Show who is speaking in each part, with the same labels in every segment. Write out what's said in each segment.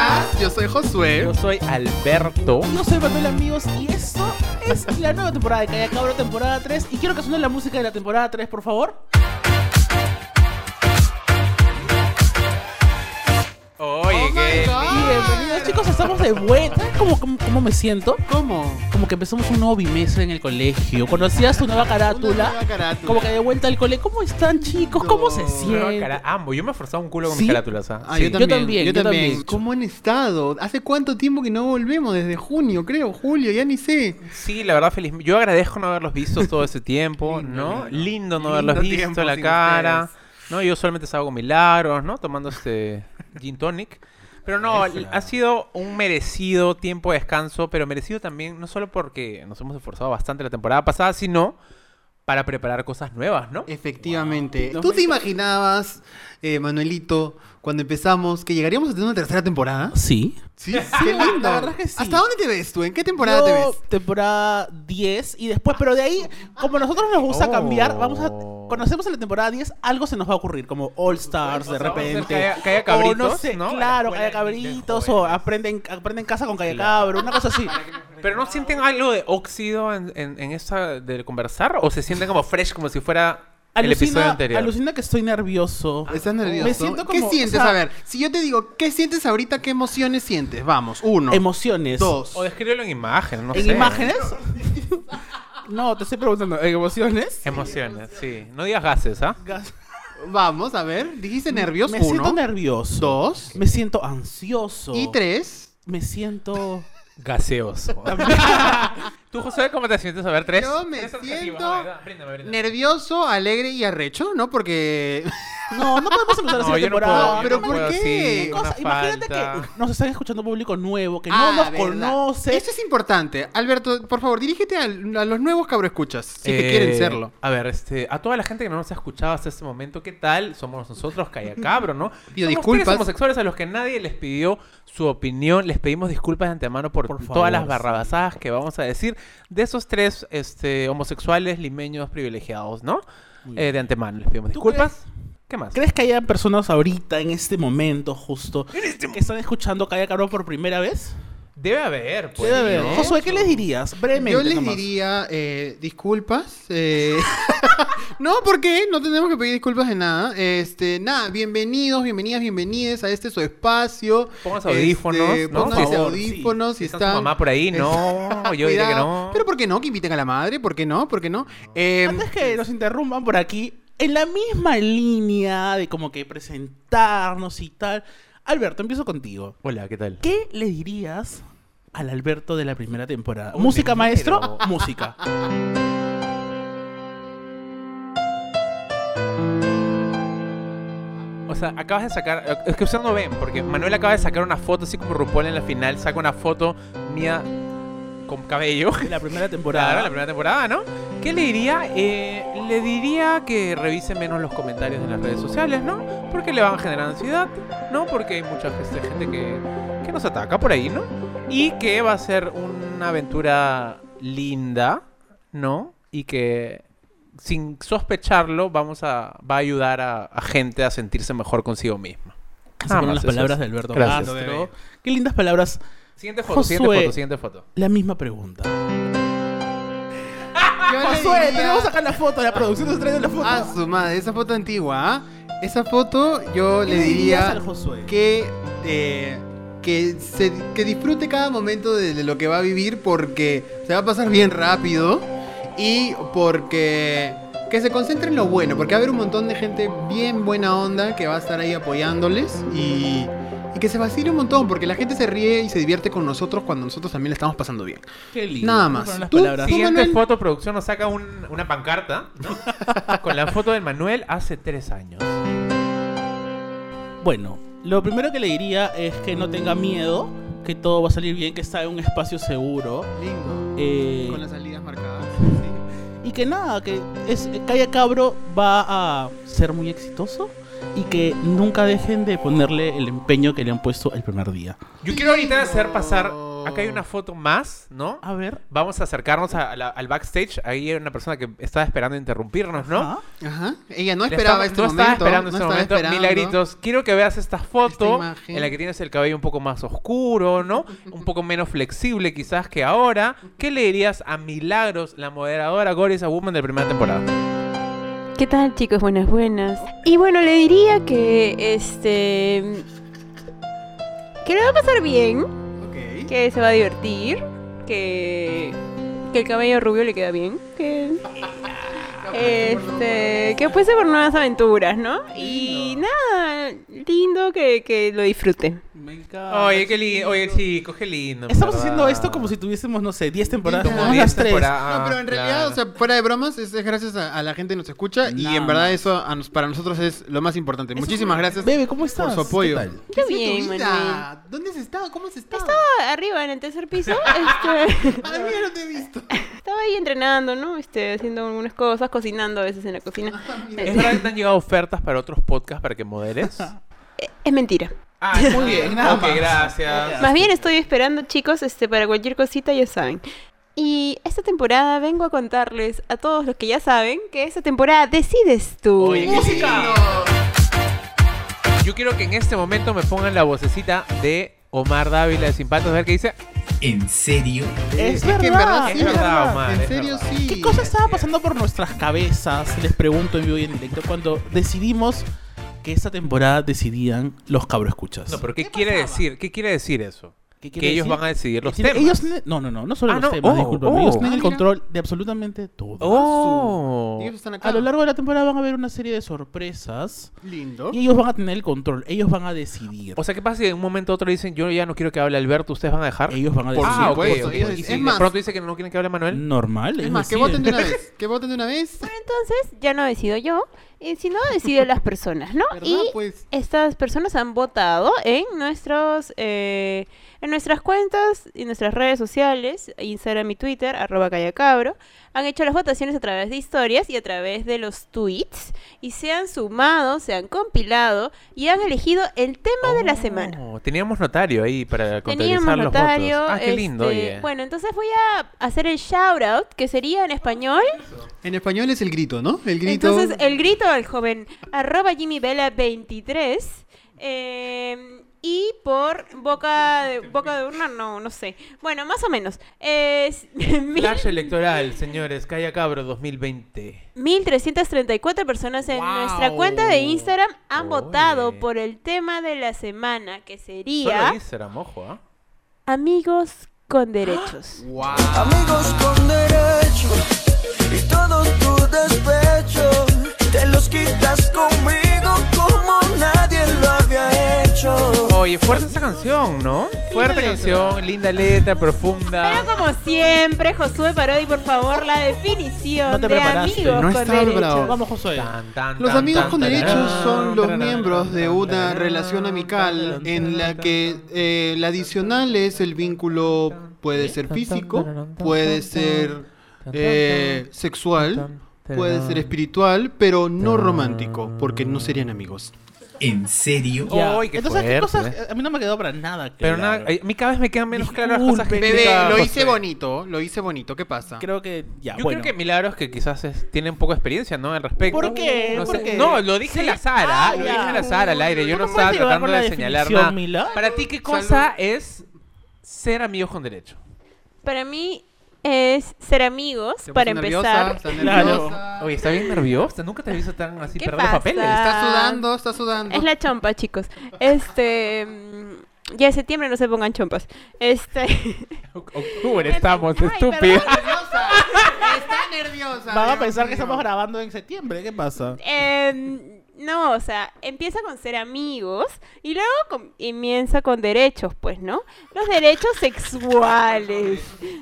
Speaker 1: Ah, Josué.
Speaker 2: Yo soy Alberto.
Speaker 3: Yo soy Manuel Amigos y esto es la nueva temporada de Calla Cabro, temporada 3. Y quiero que suene la música de la temporada 3, por favor.
Speaker 2: Oye,
Speaker 1: Oh
Speaker 2: qué
Speaker 1: my God.
Speaker 3: Bienvenidos chicos, estamos de vuelta. ¿Saben ¿Cómo, cómo, cómo me siento?
Speaker 1: ¿Cómo?
Speaker 3: Como que empezamos un nuevo bimestre en el colegio. Conocías tu nueva
Speaker 1: Una
Speaker 3: carátula.
Speaker 1: nueva carátula.
Speaker 3: Como que de vuelta al cole. ¿Cómo están chicos? ¿Cómo se
Speaker 1: No,
Speaker 2: nueva
Speaker 3: sienten?
Speaker 2: cara- Ambos, yo me he forzado un culo con
Speaker 3: ¿Sí?
Speaker 2: mis carátulas. ¿ah?
Speaker 1: Ah,
Speaker 2: Sí.
Speaker 1: yo, también, yo
Speaker 3: también,
Speaker 1: también,
Speaker 3: yo también.
Speaker 1: ¿Cómo han estado? ¿Hace cuánto tiempo que no volvemos? Desde junio, creo, julio, ya ni sé.
Speaker 2: Sí, la verdad, feliz. Yo agradezco no haberlos visto todo ese tiempo,
Speaker 1: Lindo,
Speaker 2: ¿no?
Speaker 1: lindo.
Speaker 2: Lindo no
Speaker 1: Lindo
Speaker 2: haberlos
Speaker 1: tiempo
Speaker 2: visto, la
Speaker 1: sin
Speaker 2: cara.
Speaker 1: ustedes.
Speaker 2: No, yo solamente salgo con milagros, ¿no? Tomando este gin tonic. Pero no,
Speaker 1: Eso.
Speaker 2: ha sido un merecido tiempo de descanso, pero merecido también, no solo porque nos hemos esforzado bastante la temporada pasada, sino para preparar cosas nuevas, ¿no?
Speaker 1: Efectivamente.
Speaker 3: Wow.
Speaker 1: ¿Tú te imaginabas, eh, Manuelito, cuando empezamos, que llegaríamos a tener una tercera temporada?
Speaker 3: Sí.
Speaker 1: Sí, qué lindo.
Speaker 3: la verdad es que sí.
Speaker 1: ¿Hasta dónde te ves tú? ¿En qué temporada
Speaker 3: Yo,
Speaker 1: te ves?
Speaker 3: temporada 10 y después, pero de ahí, como a nosotros nos gusta
Speaker 2: Oh.
Speaker 3: cambiar, vamos a conocemos en la temporada 10, algo se nos va a ocurrir, como All Stars de
Speaker 2: O sea, vamos a hacer
Speaker 3: repente.
Speaker 2: calla- calla
Speaker 3: o
Speaker 2: cabritos,
Speaker 3: no sé,
Speaker 2: ¿no?
Speaker 3: claro,
Speaker 2: En la
Speaker 3: calla
Speaker 2: escuela de
Speaker 3: cabritos o
Speaker 2: jóvenes.
Speaker 3: aprenden aprenden casa con calla cabro, una cosa así.
Speaker 2: Pero no sienten algo de óxido en, en, en esa de conversar o se sienten como fresh como si fuera el episodio
Speaker 3: Alucina,
Speaker 2: anterior.
Speaker 3: alucina que estoy nervioso.
Speaker 1: Ah, ¿Estás nervioso?
Speaker 3: Me siento
Speaker 1: ¿Qué
Speaker 3: como-
Speaker 1: sientes?
Speaker 3: o sea-
Speaker 1: a ver, si yo te digo, ¿qué sientes ahorita? ¿Qué emociones sientes? Vamos, uno,
Speaker 3: Emociones.
Speaker 1: dos.
Speaker 2: O descríbelo en imágenes, no
Speaker 3: ¿En
Speaker 2: sé.
Speaker 3: imágenes? no, te estoy preguntando, ¿en emociones?
Speaker 2: Emociones, sí. No digas gases, ¿ah?
Speaker 3: Gas-
Speaker 1: Vamos, a ver, dijiste nervios,
Speaker 3: Me
Speaker 1: uno,
Speaker 3: siento nervioso.
Speaker 1: dos
Speaker 3: Me siento ansioso.
Speaker 1: y tres.
Speaker 3: Me siento
Speaker 2: Gaseoso. ¿Tú, José, cómo te sientes? A ver, tres.
Speaker 1: Yo me
Speaker 2: Tres adjetivos,
Speaker 1: siento
Speaker 2: a ver, bríndame, bríndame.
Speaker 1: Nervioso, alegre y arrecho, ¿no? Porque...
Speaker 3: No, no podemos empezar así
Speaker 2: No,
Speaker 3: la
Speaker 2: yo no puedo.
Speaker 3: temporada.
Speaker 2: yo
Speaker 1: No, pero
Speaker 2: no
Speaker 1: ¿por
Speaker 2: puedo,
Speaker 1: qué?
Speaker 2: sí,
Speaker 3: ¿Qué
Speaker 2: una
Speaker 3: cosa? Imagínate
Speaker 2: falta.
Speaker 3: que nos están escuchando público nuevo, que
Speaker 1: Ah,
Speaker 3: no nos
Speaker 1: verdad.
Speaker 3: conoce.
Speaker 1: Esto es importante. Alberto, por favor, dirígete al- a, los nuevos cabroescuchas, si es que
Speaker 2: Eh,
Speaker 1: quieren serlo.
Speaker 2: A ver, este, a toda la gente que no nos ha escuchado hasta este momento, ¿qué tal? Somos nosotros, Calla Cabro, ¿no? Somos
Speaker 1: Pido disculpas.
Speaker 2: tres homosexuales a los que nadie les pidió su opinión. Les pedimos disculpas de antemano por,
Speaker 3: Por favor,
Speaker 2: todas las barrabasadas que vamos a decir de esos tres este, homosexuales limeños privilegiados, ¿no?
Speaker 3: Muy
Speaker 2: Eh, de antemano les pedimos
Speaker 3: ¿Tú
Speaker 2: disculpas. ¿Qué más?
Speaker 3: ¿Crees que haya personas ahorita, en este momento justo,
Speaker 2: este
Speaker 3: que están escuchando Calla Cabrón por primera vez?
Speaker 2: Debe haber, pues.
Speaker 3: Debe haber.
Speaker 2: ¿no?
Speaker 3: Josué, ¿qué les dirías? Brevemente
Speaker 1: Yo les
Speaker 3: nomás.
Speaker 1: diría eh, disculpas. eh, no, porque no tenemos que pedir disculpas de nada. Este, nada, bienvenidos, bienvenidas, bienvenides a este su espacio. Este,
Speaker 2: Pónganse audífonos, ¿no?
Speaker 1: Pónganse
Speaker 2: Por
Speaker 3: favor,
Speaker 1: audífonos
Speaker 2: Si
Speaker 1: si
Speaker 2: está
Speaker 1: están-
Speaker 2: su mamá por ahí, no. Yo diría que
Speaker 1: Cuidado.
Speaker 2: no.
Speaker 1: Pero ¿por qué no? Que inviten a la madre, ¿por qué no? ¿Por qué no? Eh,
Speaker 3: Antes que nos interrumpan por aquí, en la misma línea de como que presentarnos y tal. Alberto, empiezo contigo.
Speaker 2: Hola, ¿qué tal?
Speaker 3: ¿Qué le dirías al Alberto de la primera temporada?
Speaker 2: Oh,
Speaker 3: ¿Música,
Speaker 2: me muero.
Speaker 3: maestro? Música.
Speaker 2: O sea, acabas de sacar. eh, Es que ustedes no ven, porque Manuel acaba de sacar una foto, así como RuPaul en la final, saca una foto mía con cabello.
Speaker 3: De la primera
Speaker 2: Claro,
Speaker 3: temporada.
Speaker 2: la primera temporada, ¿no? ¿Qué le diría? Eh, le diría que revise menos los comentarios en las redes sociales, ¿no? Porque le van a generar ansiedad, ¿no? Porque hay mucha gente, gente que, que nos ataca por ahí, ¿no? Y que va a ser una aventura linda, ¿no? Y que sin sospecharlo vamos a, va a ayudar a, a gente a sentirse mejor consigo misma. Ah,
Speaker 3: Esas
Speaker 2: Nada
Speaker 3: fueron
Speaker 2: más,
Speaker 3: las
Speaker 2: eso
Speaker 3: palabras
Speaker 2: es.
Speaker 3: de Alberto
Speaker 2: Gracias.
Speaker 3: Castro. Qué lindas palabras.
Speaker 2: Siguiente foto, siguiente
Speaker 3: Josué.
Speaker 2: foto, siguiente foto.
Speaker 3: La misma pregunta.
Speaker 1: yo le
Speaker 3: Josué,
Speaker 1: diría-
Speaker 3: tenemos acá la foto, la producción nos trae la foto.
Speaker 1: Ah, su madre, esa foto antigua, ¿ah? Esa foto yo
Speaker 3: ¿Qué
Speaker 1: le
Speaker 3: dirías
Speaker 1: diría
Speaker 3: al Josué?
Speaker 1: que, eh, que, se, que disfrute cada momento de, de lo que va a vivir porque se va a pasar bien rápido y porque que se concentre en lo bueno, porque va a haber un montón de gente bien buena onda que va a estar ahí apoyándoles y, y que se vacile un montón porque la gente se ríe y se divierte con nosotros cuando nosotros también la estamos pasando bien.
Speaker 3: Qué lindo.
Speaker 1: nada
Speaker 3: Esas
Speaker 1: más.
Speaker 3: fueron las
Speaker 1: Tú-
Speaker 3: palabras.
Speaker 1: sí.
Speaker 2: Siguiente
Speaker 1: Manuel.
Speaker 2: foto, producción nos saca un- una pancarta ¿no? con la foto del Manuel hace tres años.
Speaker 3: Bueno, lo primero que le diría es que no tenga miedo, que todo va a salir bien, que está en un espacio seguro.
Speaker 1: Lindo.
Speaker 3: eh,
Speaker 1: Con las salidas marcadas.
Speaker 3: y que nada, que es, Calla Cabro va a ser muy exitoso y que nunca dejen de ponerle el empeño que le han puesto el primer día.
Speaker 2: Yo quiero ahorita hacer pasar
Speaker 1: no.
Speaker 2: Acá hay una foto más, ¿no?
Speaker 3: A ver.
Speaker 2: Vamos a acercarnos a la- al backstage. Ahí hay una persona que estaba esperando interrumpirnos, ¿no?
Speaker 3: Ajá.
Speaker 1: Ajá. Ella no
Speaker 2: Le estaba-
Speaker 1: esperaba este
Speaker 2: no
Speaker 1: momento.
Speaker 2: estaba esperando este
Speaker 1: no estaba
Speaker 2: momento.
Speaker 1: esperando.
Speaker 2: Milagritos, quiero que veas esta foto
Speaker 1: Esta imagen.
Speaker 2: en la que tienes el cabello un poco más oscuro, ¿no? Un poco menos flexible quizás que ahora. ¿Qué le dirías a Milagros, la moderadora Goris a Woman de primera temporada?
Speaker 4: ¿Qué tal, chicos? Buenas, buenas. Y bueno, le diría que este. que le va a pasar bien,
Speaker 1: Ok.
Speaker 4: que se va a divertir, que. que el cabello rubio le queda bien, que. Este. que fuese por nuevas aventuras, ¿no? Y nada, lindo que, que lo disfrute.
Speaker 3: Me encanta,
Speaker 2: Oye, qué lindo.
Speaker 3: chico.
Speaker 2: Oye, chicos, qué lindo. en
Speaker 3: Estamos
Speaker 2: verdad.
Speaker 3: haciendo esto como si tuviésemos, no sé, 10 temporadas.
Speaker 1: Como
Speaker 3: Tenemos
Speaker 1: 10
Speaker 3: las tres.
Speaker 2: temporadas, Ah,
Speaker 1: No, pero en realidad,
Speaker 2: claro.
Speaker 1: o sea, fuera de bromas, es es gracias a, a la gente que nos escucha y
Speaker 3: Nada
Speaker 1: en verdad
Speaker 3: más.
Speaker 1: eso a nos- para nosotros es lo más importante. Muchísimas gracias
Speaker 3: Bebe, ¿cómo
Speaker 1: por
Speaker 3: estás?
Speaker 1: su apoyo.
Speaker 5: ¿Qué tal?
Speaker 4: Qué
Speaker 1: ha sido tu
Speaker 4: bien,
Speaker 1: vida?
Speaker 4: Manuel.
Speaker 1: ¿Dónde has estado? ¿Cómo has estado?
Speaker 4: Ah, Arriba, en el tercer piso, este,
Speaker 1: Madre mía, no te he visto.
Speaker 4: estaba ahí entrenando, ¿no? Este, haciendo algunas cosas, cocinando a veces en la cocina.
Speaker 2: ¿Es verdad que te han llegado ofertas para otros podcasts para que moderes?
Speaker 4: Es mentira.
Speaker 2: Ah,
Speaker 3: Muy bien, nada
Speaker 2: Ok,
Speaker 3: más.
Speaker 2: gracias.
Speaker 4: Más bien estoy esperando, chicos, este, para cualquier cosita, ya saben. Y esta temporada vengo a contarles a todos los que ya saben que esta temporada decides tú.
Speaker 2: ¡Música! Yo quiero que en este momento me pongan la vocecita de Omar Dávila de Simpatos, a ver qué dice.
Speaker 5: ¿En serio?
Speaker 3: Es
Speaker 1: que en
Speaker 3: verdad,
Speaker 1: verdad sí.
Speaker 2: es verdad, Omar.
Speaker 1: En
Speaker 2: es
Speaker 1: serio,
Speaker 2: verdad.
Speaker 1: sí.
Speaker 3: ¿Qué cosa estaba pasando por nuestras cabezas? Les pregunto en vivo y en directo cuando decidimos que esta temporada decidían los cabros escuchas.
Speaker 2: No, pero ¿qué, quiere decir? ¿Qué quiere decir eso?
Speaker 3: ¿Qué quiere
Speaker 2: Que ellos
Speaker 3: decir?
Speaker 2: van a decidir los
Speaker 3: Que tienen-
Speaker 2: temas.
Speaker 3: Ellos tienen- no, no, no, no solo
Speaker 2: Ah,
Speaker 3: los
Speaker 2: no.
Speaker 3: temas,
Speaker 2: Oh,
Speaker 3: disculpa,
Speaker 2: oh.
Speaker 3: ellos tienen
Speaker 1: Ah,
Speaker 3: el
Speaker 1: mira.
Speaker 3: control de absolutamente todo.
Speaker 2: Oh.
Speaker 1: Ellos están acá.
Speaker 3: A lo largo de la temporada van a haber una serie de sorpresas
Speaker 1: Lindo.
Speaker 3: y ellos van a tener el control, ellos van a decidir.
Speaker 2: Oh. O sea, ¿qué pasa si en un momento u otro dicen, yo ya no quiero que hable Alberto, ustedes van a dejar?
Speaker 3: ellos van a
Speaker 1: Por
Speaker 3: decidir.
Speaker 2: ah, ok,
Speaker 1: supuesto,
Speaker 2: ok.
Speaker 1: ellos
Speaker 2: Y
Speaker 1: dicen-
Speaker 2: si de
Speaker 1: es más-
Speaker 2: pronto dice que no quieren que hable Manuel.
Speaker 3: Normal.
Speaker 1: Es
Speaker 3: ellos
Speaker 1: más, que
Speaker 3: deciden.
Speaker 1: voten de una vez. Que voten de una vez.
Speaker 4: Entonces, ya no decido yo, eh, sino decido las personas, ¿no?
Speaker 1: ¿Verdad?
Speaker 4: Y
Speaker 1: Pues.
Speaker 4: estas personas han votado en nuestros eh, en nuestras cuentas y nuestras redes sociales, Instagram y Twitter, arroba callacabro. Han hecho las votaciones a través de historias y a través de los tweets. Y se han sumado, se han compilado y han elegido el tema de la semana.
Speaker 2: Oh, Teníamos notario ahí para contabilizar
Speaker 4: Teníamos
Speaker 2: los
Speaker 4: notario.
Speaker 2: votos. Ah, qué lindo,
Speaker 4: este,
Speaker 2: oye.
Speaker 4: Bueno, entonces voy a hacer el shout out, que sería en español.
Speaker 1: En español es el grito, ¿no? El grito.
Speaker 4: Entonces, el grito al joven, arroba Jimmy Vela 23. eh, y por boca de, boca de urna, no, no sé. Bueno, más o menos. Es mil-
Speaker 2: Flash electoral, señores, Calla Cabro 2020.
Speaker 4: 1334 personas en
Speaker 2: Wow.
Speaker 4: nuestra cuenta de Instagram han
Speaker 2: Oye.
Speaker 4: votado por el tema de la semana, que
Speaker 2: Solo
Speaker 4: sería
Speaker 2: Instagram, ojo, ¿ah?
Speaker 4: Amigos con Derechos.
Speaker 1: Wow.
Speaker 6: Amigos con derecho y todos tus despechos te los quitas conmigo como nadie lo había hecho.
Speaker 2: Oye, fuerte esa canción, ¿no? Fuerte
Speaker 1: letra.
Speaker 2: canción, linda letra, profunda.
Speaker 4: Pero como siempre, Josué Parodi, por favor, la definición
Speaker 3: No te
Speaker 4: de
Speaker 3: preparaste.
Speaker 4: amigos
Speaker 1: No
Speaker 4: con
Speaker 1: estaba
Speaker 4: derechos.
Speaker 1: preparado.
Speaker 3: Vamos, Josué.
Speaker 2: Tan, tan,
Speaker 1: Los
Speaker 2: tan,
Speaker 1: amigos
Speaker 2: tan,
Speaker 1: con
Speaker 2: tararán,
Speaker 1: derechos son los
Speaker 2: tararán,
Speaker 1: miembros de una
Speaker 2: tararán,
Speaker 1: relación amical
Speaker 2: tararán,
Speaker 1: en la
Speaker 2: tararán,
Speaker 1: que eh, la adicional es el vínculo puede ser físico, puede ser eh, sexual, puede ser espiritual, pero no romántico, porque no serían amigos.
Speaker 5: ¿En
Speaker 1: Eh,
Speaker 5: serio?
Speaker 3: Ya.
Speaker 2: Uy, qué
Speaker 3: Entonces, ¿qué
Speaker 2: fuerte. ¿eh?
Speaker 3: cosas? A mí no me quedó para nada.
Speaker 2: Pero
Speaker 3: claro.
Speaker 2: nada, ay, a mí cada vez me quedan menos claras las cosas que
Speaker 1: Bebé,
Speaker 2: explica
Speaker 1: lo
Speaker 2: José.
Speaker 1: hice bonito, lo hice bonito, ¿qué pasa?
Speaker 3: Creo que ya.
Speaker 2: Yo
Speaker 3: Ah, bueno.
Speaker 2: creo que Milagros que quizás es- tienen poca experiencia, ¿no? Al respecto.
Speaker 3: ¿Por qué?
Speaker 2: No,
Speaker 3: ¿Por
Speaker 2: sé.
Speaker 3: qué?
Speaker 2: No, lo dije
Speaker 3: Sí.
Speaker 2: la Sara,
Speaker 3: Ah,
Speaker 2: lo
Speaker 3: ya.
Speaker 2: dije la Sara al aire. Yo
Speaker 3: No
Speaker 2: no
Speaker 3: me
Speaker 2: estaba
Speaker 3: puedes llevar
Speaker 2: tratando
Speaker 3: con la
Speaker 2: de señalar
Speaker 3: definición,
Speaker 2: nada.
Speaker 3: Milagros.
Speaker 2: Para ti, ¿qué cosa es ser amigos con derecho?
Speaker 4: Para mí es ser amigos,
Speaker 1: Se puso
Speaker 4: para
Speaker 1: nerviosa,
Speaker 4: empezar.
Speaker 1: está
Speaker 3: Claro.
Speaker 1: nerviosa.
Speaker 2: Oye, está bien nerviosa. Nunca te he visto tan así
Speaker 4: ¿Qué
Speaker 2: perder los
Speaker 4: pasa?
Speaker 2: papeles.
Speaker 1: Está sudando, está sudando.
Speaker 4: Ah. Es la chompa, chicos. Este. mm, Ya en septiembre no se pongan chompas. Este.
Speaker 2: Octubre estamos,
Speaker 4: Ay,
Speaker 2: estúpidos.
Speaker 4: perdón.
Speaker 1: nerviosa. Está nerviosa.
Speaker 3: Van a
Speaker 1: Dios
Speaker 3: pensar que
Speaker 1: mío.
Speaker 3: estamos grabando en septiembre. ¿Qué pasa?
Speaker 4: Em, no, o sea, empieza con ser amigos y luego com- comienza con derechos, pues, ¿no? Los derechos sexuales.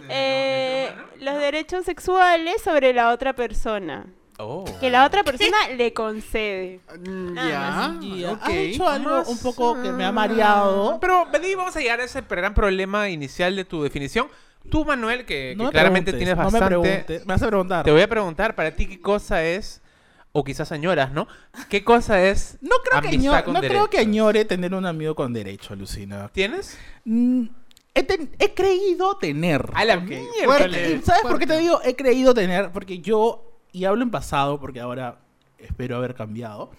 Speaker 4: Eh, los derechos sexuales sobre la otra persona.
Speaker 2: Oh.
Speaker 4: Que la otra persona le concede.
Speaker 1: Mm,
Speaker 4: Nada
Speaker 1: Ya,
Speaker 3: Y
Speaker 1: ok.
Speaker 4: Ah,
Speaker 3: ha hecho algo
Speaker 2: Más,
Speaker 3: un poco que me ha
Speaker 2: ah,
Speaker 3: mareado.
Speaker 2: Pero vení, vamos a llegar a ese gran problema inicial de tu definición. Tú, Manuel, que, Eh, que
Speaker 3: me
Speaker 2: claramente
Speaker 3: preguntes,
Speaker 2: tienes
Speaker 3: no
Speaker 2: bastante.
Speaker 3: me, preguntes, me vas a preguntar.
Speaker 2: Te voy a preguntar, para ti, ¿qué cosa es? O quizás añoras, ¿no? ¿Qué cosa es
Speaker 3: No, creo que,
Speaker 2: amistad
Speaker 3: año-
Speaker 2: con
Speaker 3: no creo que
Speaker 2: derechos?
Speaker 3: añore tener un amigo con derecho, Lucina.
Speaker 2: ¿Tienes?
Speaker 3: Mm, he, ten- he creído tener.
Speaker 2: A la
Speaker 3: ¿Y
Speaker 2: miércoles.
Speaker 3: ¿Sabes por qué te digo? He creído tener, porque yo, y hablo en pasado, porque ahora espero haber cambiado,